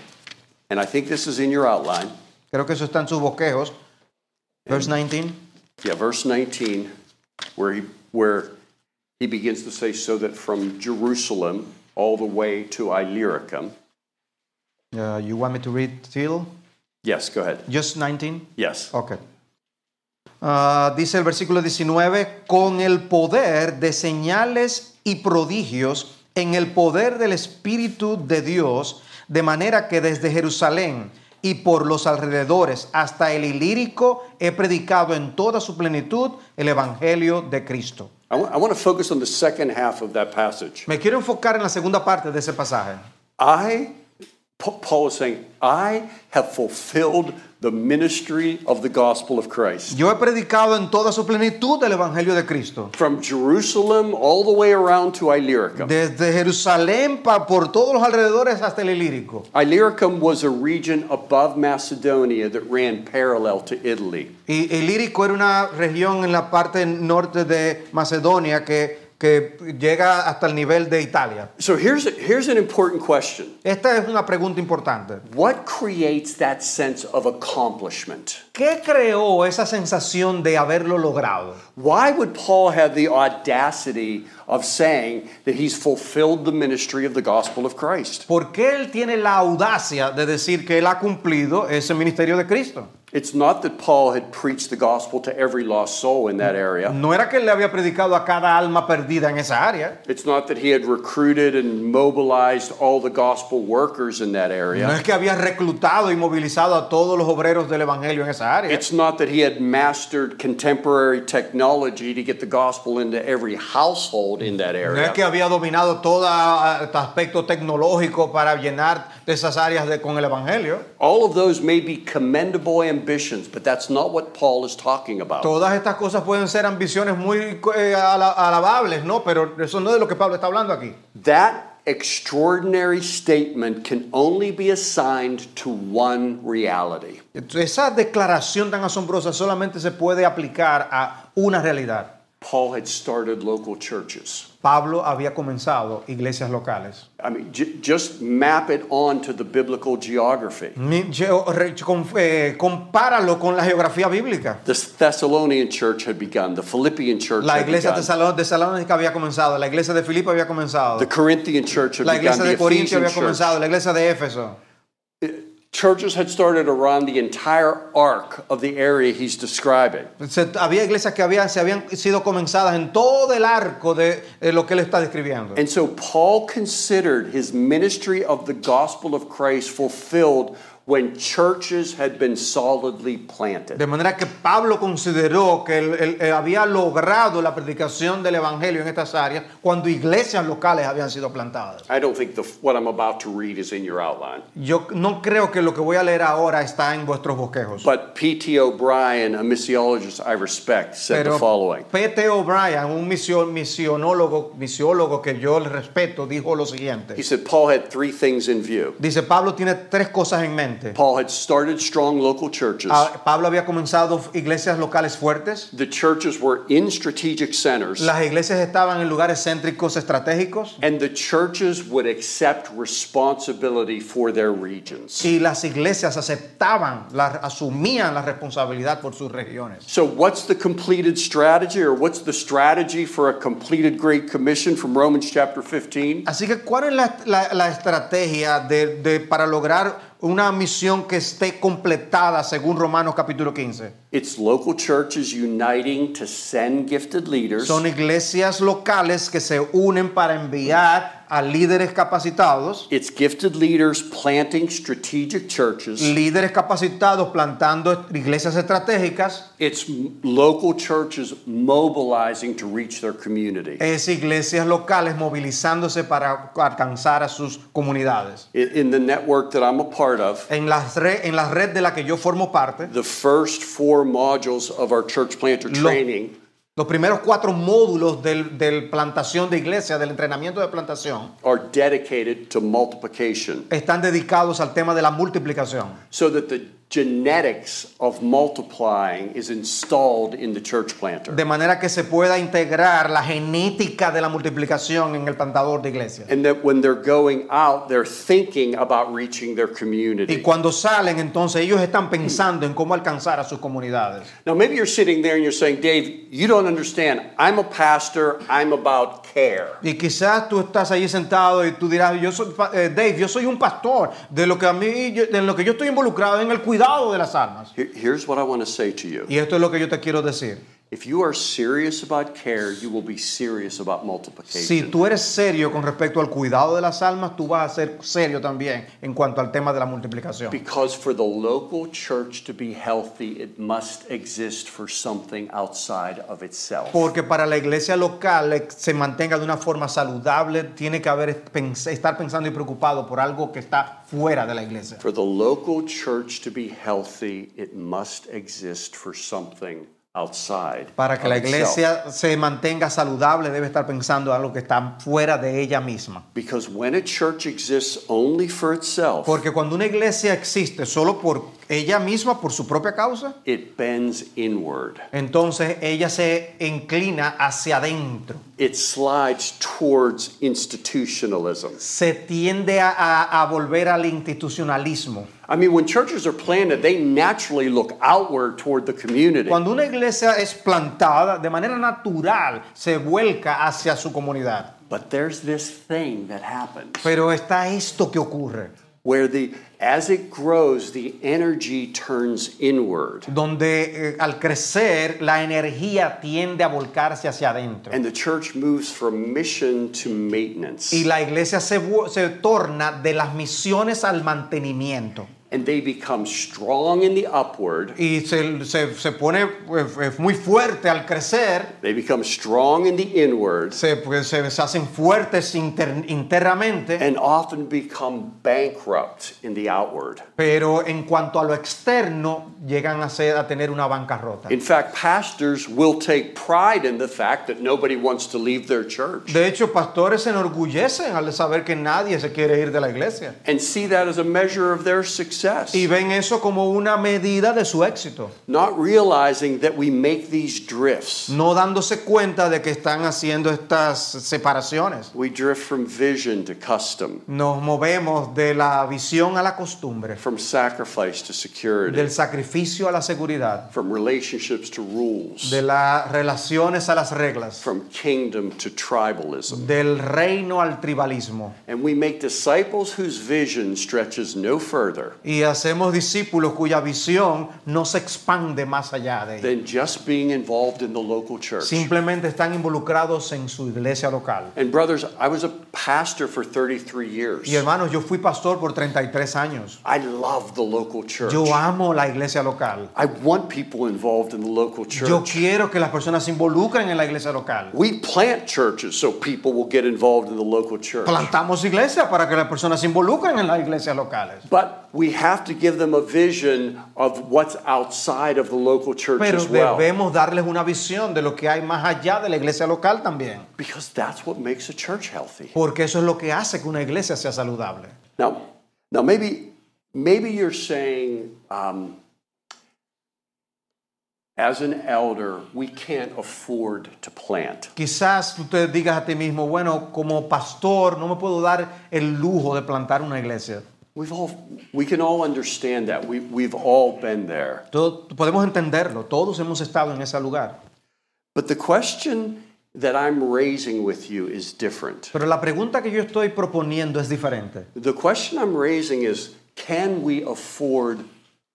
Speaker 1: And I think this is in your outline.
Speaker 2: creo que eso está en sus bosquejos, verse 19.
Speaker 1: Yeah, verse 19, where he, where he begins to say, so that from Jerusalem all the way to Illyricum.
Speaker 2: Uh, you want me to read till
Speaker 1: Yes, go ahead.
Speaker 2: just 19?
Speaker 1: Yes.
Speaker 2: Ok. Ah, dice el versículo 19, con el poder de señales y prodigios, en el poder del Espíritu de Dios, de manera que desde Jerusalén y por los alrededores hasta el Ilírico he predicado en toda su plenitud el Evangelio de Cristo.
Speaker 1: I want to focus on the second half of that passage.
Speaker 2: Me quiero enfocar en la segunda parte de ese pasaje.
Speaker 1: I, Pa- Paul is saying, I have fulfilled the ministry of the gospel of Christ.
Speaker 2: Yo he predicado en toda su plenitud el Evangelio de Cristo.
Speaker 1: From Jerusalem all the way around to Illyricum.
Speaker 2: Desde Jerusalén pa- por todos los alrededores hasta el Ilírico.
Speaker 1: Illyricum was a region above Macedonia that ran parallel to Italy.
Speaker 2: Y el Lírico era una región en la parte norte de Macedonia que, que llega hasta el nivel de Italia.
Speaker 1: So here's, a, here's an important question.
Speaker 2: Esta es una pregunta importante.
Speaker 1: What creates that sense of accomplishment?
Speaker 2: ¿Qué creó esa sensación de haberlo logrado?
Speaker 1: Why would Paul have the audacity of saying that he's fulfilled the ministry of the gospel of Christ?
Speaker 2: ¿Por qué él tiene la audacia de decir que él ha cumplido ese ministerio de Cristo?
Speaker 1: It's not that Paul had preached the gospel to every lost soul in that area.
Speaker 2: No era que él le había predicado a cada alma perdida en esa área.
Speaker 1: It's not that he had recruited and mobilized all the gospel workers in that
Speaker 2: No
Speaker 1: area.
Speaker 2: es que había reclutado y movilizado a todos los obreros del Evangelio en esa área.
Speaker 1: It's not that he had mastered contemporary technology to get the gospel into every household in that
Speaker 2: No es
Speaker 1: area.
Speaker 2: que había dominado todo ah, este aspecto tecnológico para llenar de esas áreas de- con el Evangelio.
Speaker 1: All of those may be commendable ambitions, but that's not what Paul is talking about.
Speaker 2: Todas estas cosas pueden ser ambiciones muy eh, ala- alabables, ¿no? Pero eso no es de lo que Pablo está hablando aquí.
Speaker 1: That extraordinary statement can only be assigned to one reality.
Speaker 2: Esa declaración tan asombrosa solamente se puede aplicar a una realidad.
Speaker 1: Paul had started local churches.
Speaker 2: Pablo había comenzado iglesias locales.
Speaker 1: I mean, j- just map it onto the biblical geography.
Speaker 2: Mi- yo- re- con- eh, compáralo con la geografía bíblica.
Speaker 1: The Thessalonian church had begun, the Philippian church
Speaker 2: La
Speaker 1: had
Speaker 2: iglesia de
Speaker 1: begun,
Speaker 2: Salón- de Salónica había comenzado, la iglesia de Filipo había comenzado.
Speaker 1: the Corinthian church had
Speaker 2: La
Speaker 1: begun,
Speaker 2: iglesia
Speaker 1: the
Speaker 2: de Corintio
Speaker 1: Ephesian
Speaker 2: había
Speaker 1: church.
Speaker 2: comenzado, la iglesia de Éfeso.
Speaker 1: Churches had started around the entire arc of the area he's describing.
Speaker 2: Se- había iglesias que habían, se habían sido comenzadas en todo el arco de, eh, lo que él está describiendo.
Speaker 1: And so Paul considered his ministry of the gospel of Christ fulfilled when churches had been solidly planted.
Speaker 2: De manera que Pablo consideró que él, él- él había logrado la predicación del evangelio en estas áreas cuando iglesias locales habían sido plantadas.
Speaker 1: I don't think the, what I'm about to read is in your outline.
Speaker 2: Yo no creo que lo que voy a leer ahora está en vuestros bosquejos.
Speaker 1: But P.T. O'Brien, a missiologist I respect, said the
Speaker 2: Pero
Speaker 1: following
Speaker 2: P.T. O'Brien, un misio- misionólogo, misiólogo que yo le respeto, dijo lo siguiente.
Speaker 1: He said, Paul had three things in view
Speaker 2: Dice, Pablo tiene tres cosas en gente.
Speaker 1: Paul had started strong local churches.
Speaker 2: Ah, Pablo había comenzado iglesias locales fuertes.
Speaker 1: The churches were in strategic centers,
Speaker 2: Las iglesias estaban en lugares céntricos estratégicos
Speaker 1: and the churches would accept responsibility for their regions.
Speaker 2: y las iglesias aceptaban, las, asumían la responsabilidad por sus regiones.
Speaker 1: So, what's the completed strategy, or what's the strategy for a completed Great Commission from Romans chapter 15?
Speaker 2: Así que, ¿cuál es la, la- la estrategia de- de- para lograr una misión que esté completada según Romanos capítulo 15?
Speaker 1: It's local churches uniting to send gifted leaders
Speaker 2: Son iglesias locales que se unen para enviar a líderes capacitados,
Speaker 1: It's gifted leaders planting strategic churches.
Speaker 2: líderes capacitados plantando iglesias estratégicas,
Speaker 1: It's m- local churches mobilizing to reach their community. I-
Speaker 2: es iglesias locales movilizándose para alcanzar a sus comunidades.
Speaker 1: In the network that I'm a part of,
Speaker 2: En la red, en la red de la que yo formo parte,
Speaker 1: the first four modules of our church planter
Speaker 2: Lo-
Speaker 1: training
Speaker 2: los primeros cuatro módulos del, del plantación de iglesia, del entrenamiento de plantación,
Speaker 1: are dedicated to multiplication
Speaker 2: están dedicados al tema de la multiplicación,
Speaker 1: so that the genetics of multiplying is installed in the church planter.
Speaker 2: de manera que se pueda integrar la genética de la multiplicación en el plantador de iglesias.
Speaker 1: And that when they're going out, they're thinking about reaching their
Speaker 2: Y
Speaker 1: community.
Speaker 2: cuando salen, entonces ellos están pensando en cómo alcanzar a sus comunidades.
Speaker 1: Now, maybe you're sitting there and you're saying, Dave, you don't understand. I'm a pastor, I'm about care.
Speaker 2: Y quizás tú estás ahí sentado y tú dirás, yo soy, pa- eh, Dave, yo soy un pastor, de lo que a mí, yo- de lo que yo estoy involucrado en el cuidado de las almas.
Speaker 1: Here- Here's what I want to say to you
Speaker 2: Y esto es lo que yo te quiero decir.
Speaker 1: if you are serious about care, you will be serious about multiplication.
Speaker 2: Si tú eres serio con respecto al cuidado de las almas, tú vas a ser serio también en cuanto al tema de la multiplicación.
Speaker 1: Because for the local church to be healthy, it must exist for something outside of itself.
Speaker 2: Porque para la iglesia local eh, se mantenga de una forma saludable, tiene que haber, pens- estar pensando y preocupado por algo que está fuera de la iglesia.
Speaker 1: For the local church to be healthy, it must exist for something outside.
Speaker 2: Para que
Speaker 1: of
Speaker 2: la
Speaker 1: itself.
Speaker 2: iglesia se mantenga saludable debe estar pensando algo que está fuera de ella misma.
Speaker 1: Because when a church exists only for itself,
Speaker 2: Porque cuando una iglesia existe solo por ella misma, por su propia causa,
Speaker 1: it bends inward.
Speaker 2: entonces ella se inclina hacia adentro.
Speaker 1: It slides towards institutionalism.
Speaker 2: Se tiende a, a- a volver al institucionalismo.
Speaker 1: I mean, when churches are planted, they naturally look outward toward the community.
Speaker 2: Cuando una iglesia es plantada, de manera natural se vuelca hacia su comunidad.
Speaker 1: But there's this thing that happens
Speaker 2: Pero está esto que ocurre,
Speaker 1: where the as it grows, the energy turns inward.
Speaker 2: donde eh, al crecer la energía tiende a volcarse hacia adentro.
Speaker 1: And the church moves from mission to maintenance.
Speaker 2: Y la iglesia se, vu- se torna de las misiones al mantenimiento.
Speaker 1: And they become strong in the upward,
Speaker 2: Y se, se- se pone pues, eh, muy fuerte al crecer,
Speaker 1: they become strong in the inward,
Speaker 2: se, pues, se- se hacen fuertes inter- internamente,
Speaker 1: and often become bankrupt in the outward.
Speaker 2: pero en cuanto a lo externo, llegan a, ser, a tener una bancarrota.
Speaker 1: In fact, pastors will take pride in the fact that nobody wants to leave their church
Speaker 2: De hecho, pastores se enorgullecen al saber que nadie se quiere ir de la iglesia.
Speaker 1: and see that as a measure of their success,
Speaker 2: Y ven eso como una medida de su éxito,
Speaker 1: not realizing that we make these drifts.
Speaker 2: no dándose cuenta de que están haciendo estas separaciones.
Speaker 1: We drift from vision to custom,
Speaker 2: Nos movemos de la visión a la costumbre,
Speaker 1: from sacrifice to security,
Speaker 2: del sacrificio a la seguridad,
Speaker 1: from relationships to rules,
Speaker 2: de las relaciones a las reglas,
Speaker 1: from kingdom to tribalism.
Speaker 2: del reino al tribalismo.
Speaker 1: And we make disciples whose vision stretches no further
Speaker 2: Y hacemos discípulos cuya visión no se expande más allá de ellos.
Speaker 1: than just being involved in the local church.
Speaker 2: Simplemente están involucrados en su iglesia local.
Speaker 1: And brothers, I was a pastor for 33 years.
Speaker 2: Y hermanos, yo fui pastor por 33 años.
Speaker 1: I love the local church.
Speaker 2: Yo amo la iglesia local.
Speaker 1: I want people involved in the local
Speaker 2: Yo
Speaker 1: church.
Speaker 2: quiero que las personas se involucren en la iglesia local.
Speaker 1: We plant churches so people will get involved in the local church.
Speaker 2: Plantamos iglesias para que las personas se involucren en las iglesias locales.
Speaker 1: But we have to give them a vision of what's outside of the local church
Speaker 2: Pero
Speaker 1: as well.
Speaker 2: debemos darles una visión de lo que hay más allá de la iglesia local también.
Speaker 1: Because that's what makes a church healthy.
Speaker 2: Porque eso es lo que hace que una iglesia sea saludable.
Speaker 1: Now, now maybe Maybe you're saying, um, as an elder, we can't afford to plant.
Speaker 2: Quizás tú te digas a ti mismo, bueno, como pastor no me puedo dar el lujo de plantar una iglesia.
Speaker 1: We've all, we can all understand that. We, we've all been there.
Speaker 2: Todo- podemos entenderlo, todos hemos estado en ese lugar.
Speaker 1: But the question that I'm raising with you is different.
Speaker 2: Pero la pregunta que yo estoy proponiendo es diferente.
Speaker 1: The question I'm raising is can we afford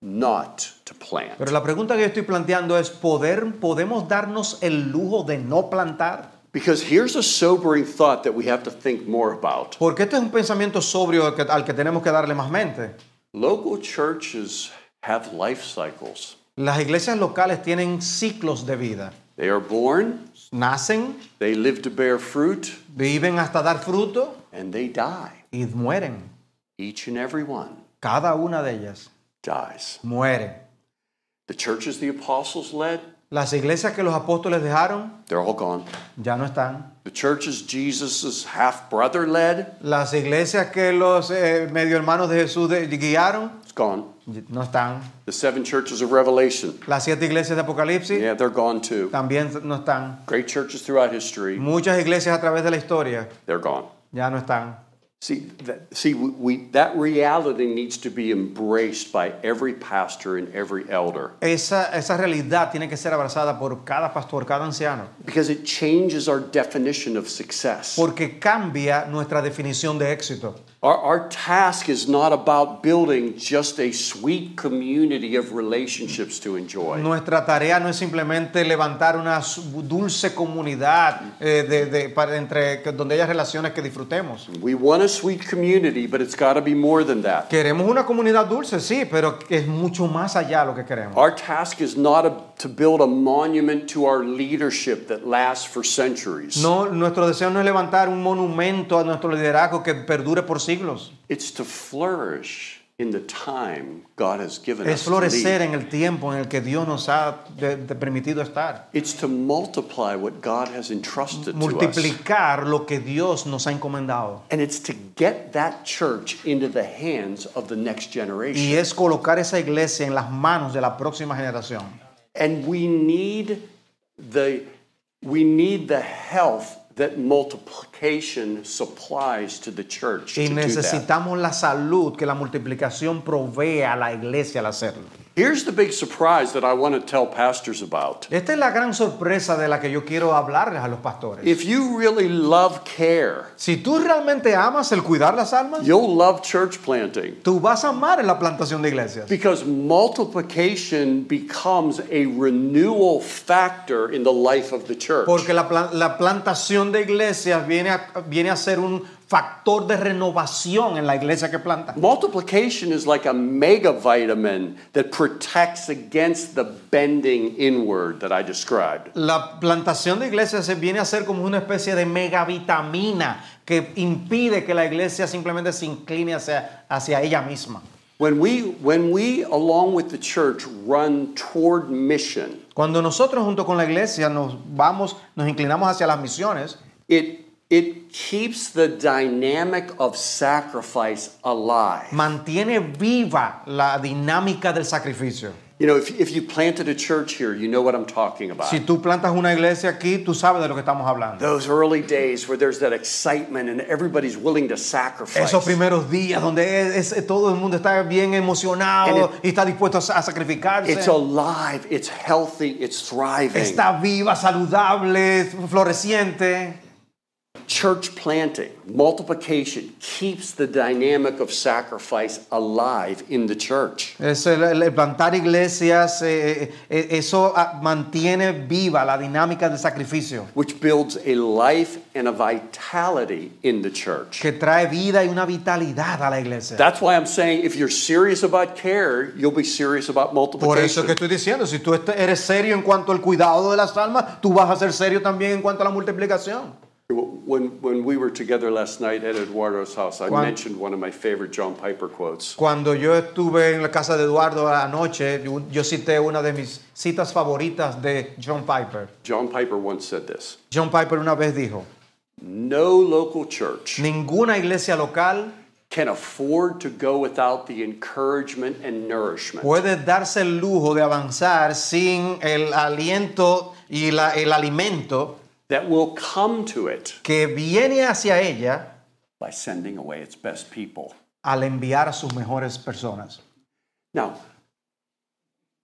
Speaker 1: not to plant?
Speaker 2: Pero la pregunta que yo estoy planteando es, ¿poder, ¿podemos darnos el lujo de no plantar?
Speaker 1: Because here's a sobering thought that we have to think more about.
Speaker 2: Porque este es un pensamiento sobrio al que, al que tenemos que darle más mente.
Speaker 1: Local churches have life cycles.
Speaker 2: Las iglesias locales tienen ciclos de vida.
Speaker 1: They are born,
Speaker 2: Nacen,
Speaker 1: they live to bear fruit,
Speaker 2: viven hasta dar fruto
Speaker 1: and they die.
Speaker 2: y mueren.
Speaker 1: Each and every one
Speaker 2: Cada una de ellas
Speaker 1: dies.
Speaker 2: muere.
Speaker 1: The churches the apostles led,
Speaker 2: Las iglesias que los apóstoles dejaron
Speaker 1: they're all gone.
Speaker 2: ya no están.
Speaker 1: The churches Jesus' half brother led,
Speaker 2: Las iglesias que los eh, medio hermanos de Jesús de- guiaron
Speaker 1: it's gone.
Speaker 2: no están.
Speaker 1: The seven churches of Revelation,
Speaker 2: Las siete iglesias de Apocalipsis
Speaker 1: yeah, they're gone too.
Speaker 2: también no están.
Speaker 1: Great churches throughout history,
Speaker 2: Muchas iglesias a través de la historia
Speaker 1: they're gone.
Speaker 2: ya no están.
Speaker 1: See, that, see, we, we, that reality needs to be embraced by every pastor and every elder
Speaker 2: Esa, esa realidad tiene que ser abrazada por cada pastor, cada anciano,
Speaker 1: because it changes our definition of success.
Speaker 2: porque cambia nuestra definición de éxito.
Speaker 1: Our, our task is not about building just a sweet community of relationships to enjoy.
Speaker 2: Nuestra tarea no es simplemente levantar una su- dulce comunidad eh, de, de- para- entre, que- donde haya relaciones que disfrutemos.
Speaker 1: We want a sweet community, but it's got to be more than that.
Speaker 2: Queremos una comunidad dulce, sí, pero que es mucho más allá lo que queremos.
Speaker 1: Our task is not a, to build a monument to our leadership that lasts for centuries.
Speaker 2: No, nuestro deseo no es levantar un monumento a nuestro liderazgo que perdure por siglos.
Speaker 1: It's to flourish in the time God has given
Speaker 2: Es
Speaker 1: us. to lead.
Speaker 2: florecer en el tiempo en el que Dios nos ha de- de permitido estar.
Speaker 1: It's to multiply what God has entrusted to us.
Speaker 2: Multiplicar lo que Dios nos ha encomendado.
Speaker 1: And it's to get that church into the hands of the next generation.
Speaker 2: Y es colocar esa iglesia en las manos de la próxima generación.
Speaker 1: And we need the we need the health that multiplication supplies to the church
Speaker 2: Y
Speaker 1: to do that.
Speaker 2: necesitamos la salud que la multiplicación provee a la iglesia al hacerlo.
Speaker 1: Here's the big surprise that I want to tell pastors about.
Speaker 2: Esta es la gran sorpresa de la que yo quiero hablarles a los pastores.
Speaker 1: If you really love care,
Speaker 2: Si tú realmente amas el cuidar las almas,
Speaker 1: you'll love church planting.
Speaker 2: tú vas a amar en la plantación de iglesias.
Speaker 1: Because multiplication becomes a renewal factor in the life of the church.
Speaker 2: Porque la, plan- la plantación de iglesias viene a, viene a ser un factor de renovación en la iglesia que planta.
Speaker 1: Multiplication is like a mega vitamin that protects against the bending inward that I described.
Speaker 2: La plantación de iglesias se viene a ser como una especie de megavitamina que impide que la iglesia simplemente se incline hacia, hacia ella misma.
Speaker 1: When we, when we, along with the church, run toward mission,
Speaker 2: Cuando nosotros junto con la iglesia nos vamos, nos inclinamos hacia las misiones,
Speaker 1: it, it keeps the dynamic of sacrifice alive.
Speaker 2: mantiene viva la dinámica del sacrificio.
Speaker 1: You know, if, if you planted a church here, you know what I'm talking about.
Speaker 2: Si tú plantas una iglesia aquí, tú sabes de lo que estamos hablando.
Speaker 1: Those early days where there's that excitement and everybody's willing to sacrifice.
Speaker 2: Esos primeros días donde es- es- todo el mundo está bien emocionado
Speaker 1: And
Speaker 2: y está dispuesto a, sa- a sacrificarse.
Speaker 1: It's alive, it's healthy, it's thriving.
Speaker 2: Está viva, saludable, floreciente.
Speaker 1: Church planting, multiplication keeps the dynamic of sacrifice alive in the church.
Speaker 2: Es el, el- el plantar iglesias, eh, eh, eso ah, mantiene viva la dinámica del sacrificio,
Speaker 1: Which builds a life and a vitality in the church.
Speaker 2: que trae vida y una vitalidad a la iglesia.
Speaker 1: That's why I'm saying if you're serious about care, you'll be serious about
Speaker 2: Por eso
Speaker 1: multiplication.
Speaker 2: es que estoy diciendo, si tú est- eres serio en cuanto al cuidado de las almas, tú vas a ser serio también en cuanto a la multiplicación.
Speaker 1: When, when we were together last night at Eduardo's house, I
Speaker 2: Juan.
Speaker 1: mentioned one of my favorite John Piper quotes.
Speaker 2: Cuando yo estuve en la casa de Eduardo anoche, yo, yo cité una de mis citas favoritas de John Piper.
Speaker 1: John Piper once said this
Speaker 2: John Piper una vez dijo,
Speaker 1: No local church
Speaker 2: ninguna iglesia local
Speaker 1: can afford to go without the encouragement and nourishment.
Speaker 2: Puede darse el lujo de avanzar sin el aliento y la- el alimento
Speaker 1: that will come to it
Speaker 2: que viene hacia ella
Speaker 1: by sending away its best people.
Speaker 2: al enviar a sus mejores personas.
Speaker 1: Now,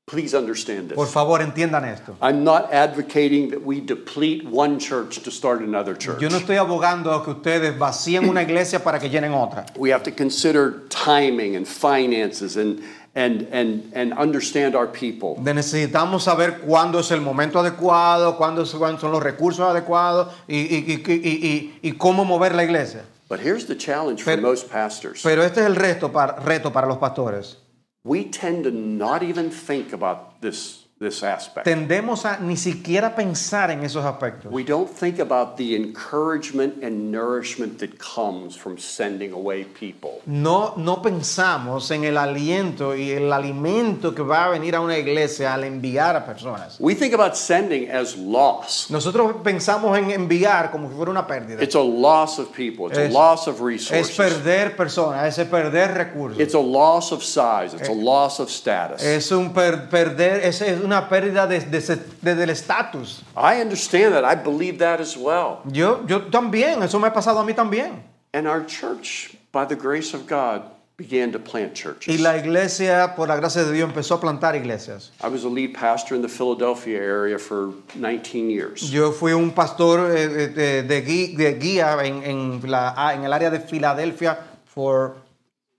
Speaker 1: please understand
Speaker 2: Por
Speaker 1: this.
Speaker 2: favor, entiendan esto.
Speaker 1: I'm not advocating that we deplete one church to start another church.
Speaker 2: Yo no estoy abogando a que ustedes vacíen una iglesia para que llenen otra.
Speaker 1: we have to consider timing and finances and, and, and, and understand our people.
Speaker 2: De- Necesitamos saber cuándo es el momento adecuado, cuándo es- cuándo son los recursos adecuados y, y- y- y- y- y cómo mover la iglesia.
Speaker 1: But here's the challenge for
Speaker 2: Pero-
Speaker 1: most pastors.
Speaker 2: Pero este es el resto para, reto para los pastores.
Speaker 1: we tend to not even think about this, this aspect.
Speaker 2: Tendemos a ni siquiera pensar en esos aspectos.
Speaker 1: we don't think about the encouragement and nourishment that comes from sending away people.
Speaker 2: No, no pensamos en el aliento y el alimento que va a venir a una iglesia al enviar a personas.
Speaker 1: We think about sending as loss.
Speaker 2: Nosotros pensamos en enviar como si fuera una pérdida.
Speaker 1: It's a loss of people. It's a
Speaker 2: Es-
Speaker 1: loss of
Speaker 2: Es
Speaker 1: resources.
Speaker 2: perder personas, es perder recursos.
Speaker 1: It's a loss of size. It's a loss of status.
Speaker 2: Es un per- perder, es, es una pérdida de- de- de- del estatus.
Speaker 1: I understand that. I believe that as well.
Speaker 2: Yo, yo también, eso me ha pasado a mí también.
Speaker 1: And our church, by the grace of God, began to plant
Speaker 2: Y
Speaker 1: churches.
Speaker 2: la iglesia, por la gracia de Dios, empezó a plantar iglesias.
Speaker 1: I was a lead pastor in the Philadelphia area for 19 years.
Speaker 2: Yo fui un pastor eh, eh, de, de gui- de guía en, en la- ah, en el área de Filadelfia por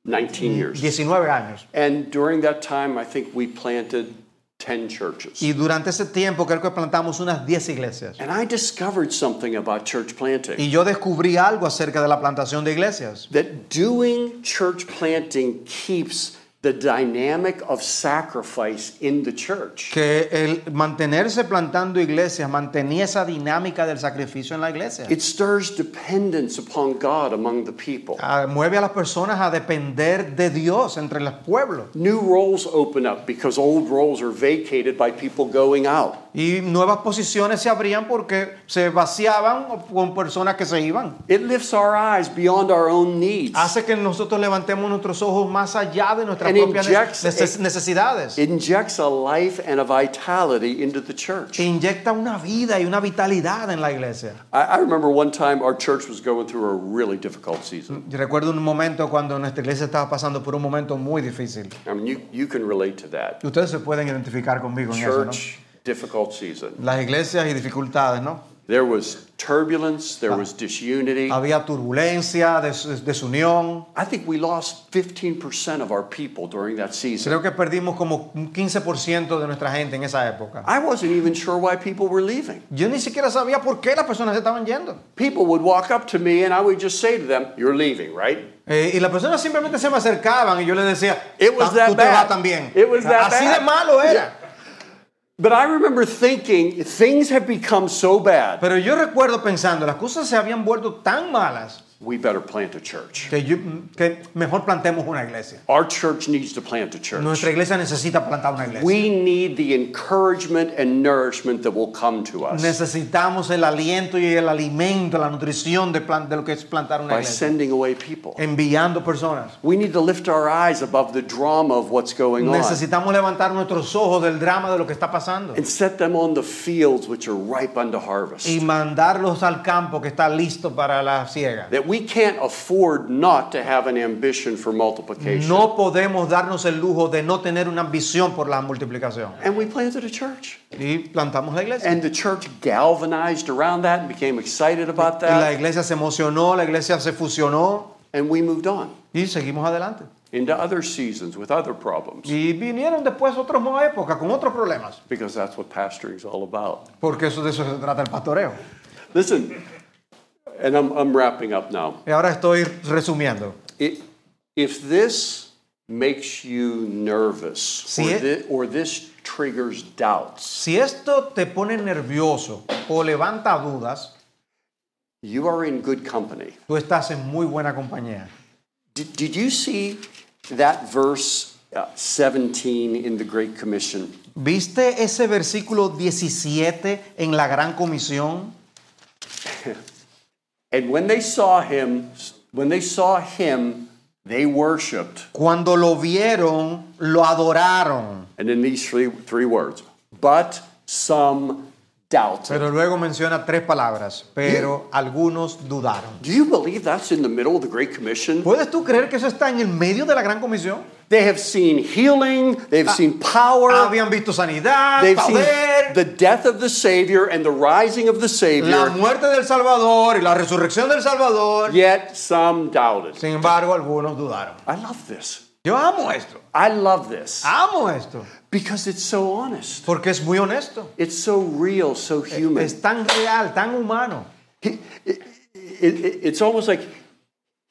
Speaker 1: 19 years.
Speaker 2: 19 años.
Speaker 1: And during that time, I think we planted 10 churches.
Speaker 2: Y durante ese tiempo creo que plantamos unas 10 iglesias.
Speaker 1: And I discovered something about church planting.
Speaker 2: Y yo descubrí algo acerca de la plantación de iglesias.
Speaker 1: that doing church planting keeps the dynamic of sacrifice in the church.
Speaker 2: Que el mantenerse plantando iglesias mantenía esa dinámica del sacrificio en la iglesia.
Speaker 1: It stirs dependence upon God among the people.
Speaker 2: Ah, mueve a las personas a depender de Dios entre los pueblos.
Speaker 1: New roles open up because old roles are vacated by people going out.
Speaker 2: Y nuevas posiciones se abrían porque se vaciaban o- con personas que se iban.
Speaker 1: It lifts our eyes beyond our own needs.
Speaker 2: Hace que nosotros levantemos nuestros ojos más allá de nuestras
Speaker 1: And
Speaker 2: propias
Speaker 1: injects-
Speaker 2: neces- necesidades.
Speaker 1: It injects a life and a vitality into the church.
Speaker 2: Inyecta una vida y una vitalidad en la iglesia.
Speaker 1: I, I remember one time our church was going through a really difficult season.
Speaker 2: Yo recuerdo un momento cuando nuestra iglesia estaba pasando por un momento muy difícil.
Speaker 1: I mean, you, you can relate to that.
Speaker 2: Ustedes se pueden identificar conmigo en eso, ¿no?
Speaker 1: Church, difficult season.
Speaker 2: Las iglesias y dificultades, ¿no?
Speaker 1: There was turbulence, there was disunity.
Speaker 2: Había turbulencia, des- desunión.
Speaker 1: I think we lost 15% of our people during that season.
Speaker 2: Creo que perdimos como un 15% de nuestra gente en esa época.
Speaker 1: I wasn't even sure why people were leaving.
Speaker 2: Yo ni siquiera sabía por qué las personas se estaban yendo.
Speaker 1: People would walk up to me and I would just say to them, You're leaving, right?
Speaker 2: Eh, y las personas simplemente se me acercaban y yo les decía,
Speaker 1: It was
Speaker 2: "Ta-
Speaker 1: that
Speaker 2: tú te
Speaker 1: bad.
Speaker 2: vas también.
Speaker 1: It was that
Speaker 2: Así
Speaker 1: bad.
Speaker 2: de malo era.
Speaker 1: But I remember thinking, Things have become so bad,
Speaker 2: Pero yo recuerdo pensando, las cosas se habían vuelto tan malas
Speaker 1: we better plant a church.
Speaker 2: que, yo- que mejor plantemos una iglesia.
Speaker 1: Our church needs to plant a church.
Speaker 2: Nuestra iglesia necesita plantar una iglesia.
Speaker 1: We need the encouragement and nourishment that will come to us
Speaker 2: Necesitamos el aliento y el alimento, la nutrición de, plan- de lo que es plantar una
Speaker 1: by
Speaker 2: iglesia.
Speaker 1: sending away people.
Speaker 2: Enviando personas.
Speaker 1: We need to lift our eyes above the drama of what's going on.
Speaker 2: Necesitamos levantar nuestros ojos del drama de lo que está pasando.
Speaker 1: and set them on the fields which are ripe unto
Speaker 2: y
Speaker 1: harvest.
Speaker 2: mandarlos al campo que está listo para la siega.
Speaker 1: That we can't afford not to have an ambition for multiplication.
Speaker 2: No podemos darnos el lujo de no tener una ambición por la multiplicación.
Speaker 1: And we planted a church.
Speaker 2: Y plantamos la iglesia.
Speaker 1: And the church galvanized around that and became excited about
Speaker 2: Y la
Speaker 1: that.
Speaker 2: iglesia se emocionó, la iglesia se fusionó
Speaker 1: And we moved on
Speaker 2: y seguimos adelante.
Speaker 1: into other seasons with other problems
Speaker 2: Y vinieron después otras nuevas épocas con otros problemas,
Speaker 1: because that's what pastoring's all about.
Speaker 2: porque eso de eso se trata el pastoreo.
Speaker 1: Listen, and I'm, I'm wrapping up now.
Speaker 2: Y ahora estoy resumiendo.
Speaker 1: It, if this makes you nervous
Speaker 2: See
Speaker 1: or,
Speaker 2: it?
Speaker 1: thi- or this triggers doubts,
Speaker 2: Si esto te pone nervioso o levanta dudas,
Speaker 1: You are in good company.
Speaker 2: tú estás en muy buena compañía.
Speaker 1: Did, did you see that verse uh, 17 in the Great Commission?
Speaker 2: ¿Viste ese versículo 17 en la gran comisión?
Speaker 1: And when they saw him, when they saw him, They worshiped.
Speaker 2: Cuando lo vieron, lo adoraron.
Speaker 1: And in these three, three words, but some doubted.
Speaker 2: Pero luego menciona tres palabras, pero algunos dudaron.
Speaker 1: Do you believe that's in the middle of the Great Commission?
Speaker 2: ¿Puedes tú creer que eso está en el medio de la gran comisión?
Speaker 1: They have seen healing, they've seen power,
Speaker 2: Ah, Habían visto sanidad,
Speaker 1: they've seen
Speaker 2: poder,
Speaker 1: the death of the Savior and the rising of the
Speaker 2: la
Speaker 1: Savior,
Speaker 2: muerte del Salvador y la resurrección del Salvador.
Speaker 1: yet some doubted.
Speaker 2: Sin embargo, algunos dudaron.
Speaker 1: I love this.
Speaker 2: Yo amo esto,
Speaker 1: I love this
Speaker 2: amo esto,
Speaker 1: because it's so honest.
Speaker 2: porque es muy honesto.
Speaker 1: It's so real, so human.
Speaker 2: Es tan real, tan humano.
Speaker 1: He- it- it- it's almost like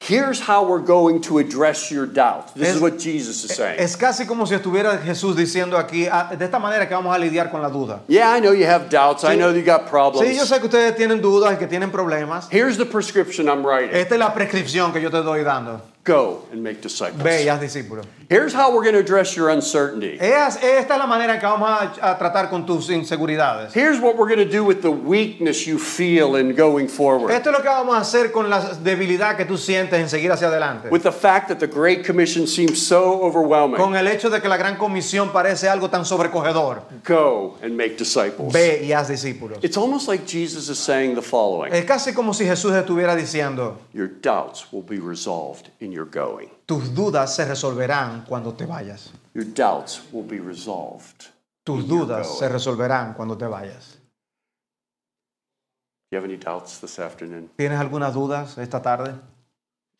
Speaker 1: here's how we're going to address your doubt. This is
Speaker 2: Es-
Speaker 1: what Jesus is saying.
Speaker 2: Es casi como si estuviera Jesús diciendo aquí, "Ah, de esta manera que vamos a lidiar con la duda.
Speaker 1: Yeah, I know you have doubts. I know you got
Speaker 2: Sí, yo
Speaker 1: problems.
Speaker 2: sé que ustedes tienen dudas y que tienen problemas.
Speaker 1: Here's the prescription I'm writing.
Speaker 2: Esta es la prescripción que yo te estoy dando.
Speaker 1: Go and make disciples.
Speaker 2: Ve y haz discípulos.
Speaker 1: Here's how we're going to address your uncertainty.
Speaker 2: Es- Esta es la manera en que vamos a, a tratar con tus inseguridades.
Speaker 1: Here's what we're going to do with the weakness you feel in going forward.
Speaker 2: Esto es lo que vamos a hacer con la debilidad que tú sientes en seguir hacia adelante.
Speaker 1: With the fact that the Great Commission seems so overwhelming.
Speaker 2: Con el hecho de que la gran comisión parece algo tan sobrecogedor.
Speaker 1: Go and make disciples.
Speaker 2: Ve y haz discípulos.
Speaker 1: It's almost like Jesus is saying the following
Speaker 2: Es casi como si Jesús estuviera diciendo,
Speaker 1: Your doubts will be resolved in your going.
Speaker 2: tus dudas se resolverán cuando te vayas.
Speaker 1: Your doubts will be resolved.
Speaker 2: Tus dudas se resolverán cuando te vayas.
Speaker 1: Do you have any doubts this afternoon?
Speaker 2: ¿Tienes algunas dudas esta tarde?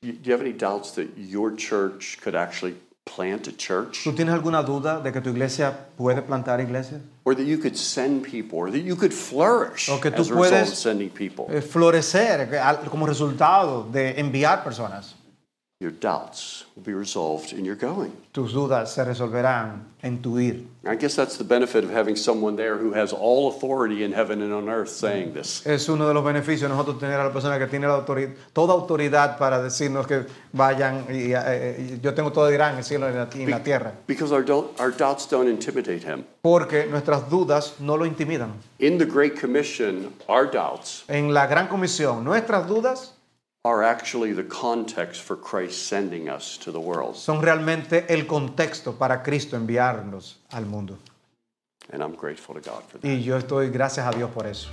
Speaker 1: You- Do you have any doubts that your church could actually plant a church?
Speaker 2: <laughs> ¿Tú tienes alguna duda de que tu iglesia puede plantar iglesias?
Speaker 1: Or that you could send people? Or that you could flourish
Speaker 2: O que tú
Speaker 1: as a result of
Speaker 2: puedes-
Speaker 1: sending people?
Speaker 2: Eh, Florecer eh, al- como resultado de enviar personas.
Speaker 1: Your doubts will be resolved in your going.
Speaker 2: Tus dudas se resolverán en tu ir.
Speaker 1: I guess that's the benefit of having someone there who has all authority in heaven and on earth saying this.
Speaker 2: Es uno de los beneficios de nosotros tener a la persona que tiene la autori- toda autoridad para decirnos que vayan y, eh, eh, yo tengo todo Irán, el cielo y la, y la tierra.
Speaker 1: Because our, do- our doubts don't intimidate him.
Speaker 2: Porque nuestras dudas no lo intimidan.
Speaker 1: In the Great Commission, our doubts
Speaker 2: En la gran comisión, nuestras dudas
Speaker 1: are actually the context for Christ sending us to the world.
Speaker 2: son realmente el contexto para Cristo enviarnos al mundo.
Speaker 1: And I'm grateful to God for that.
Speaker 2: Y yo estoy gracias a Dios por eso.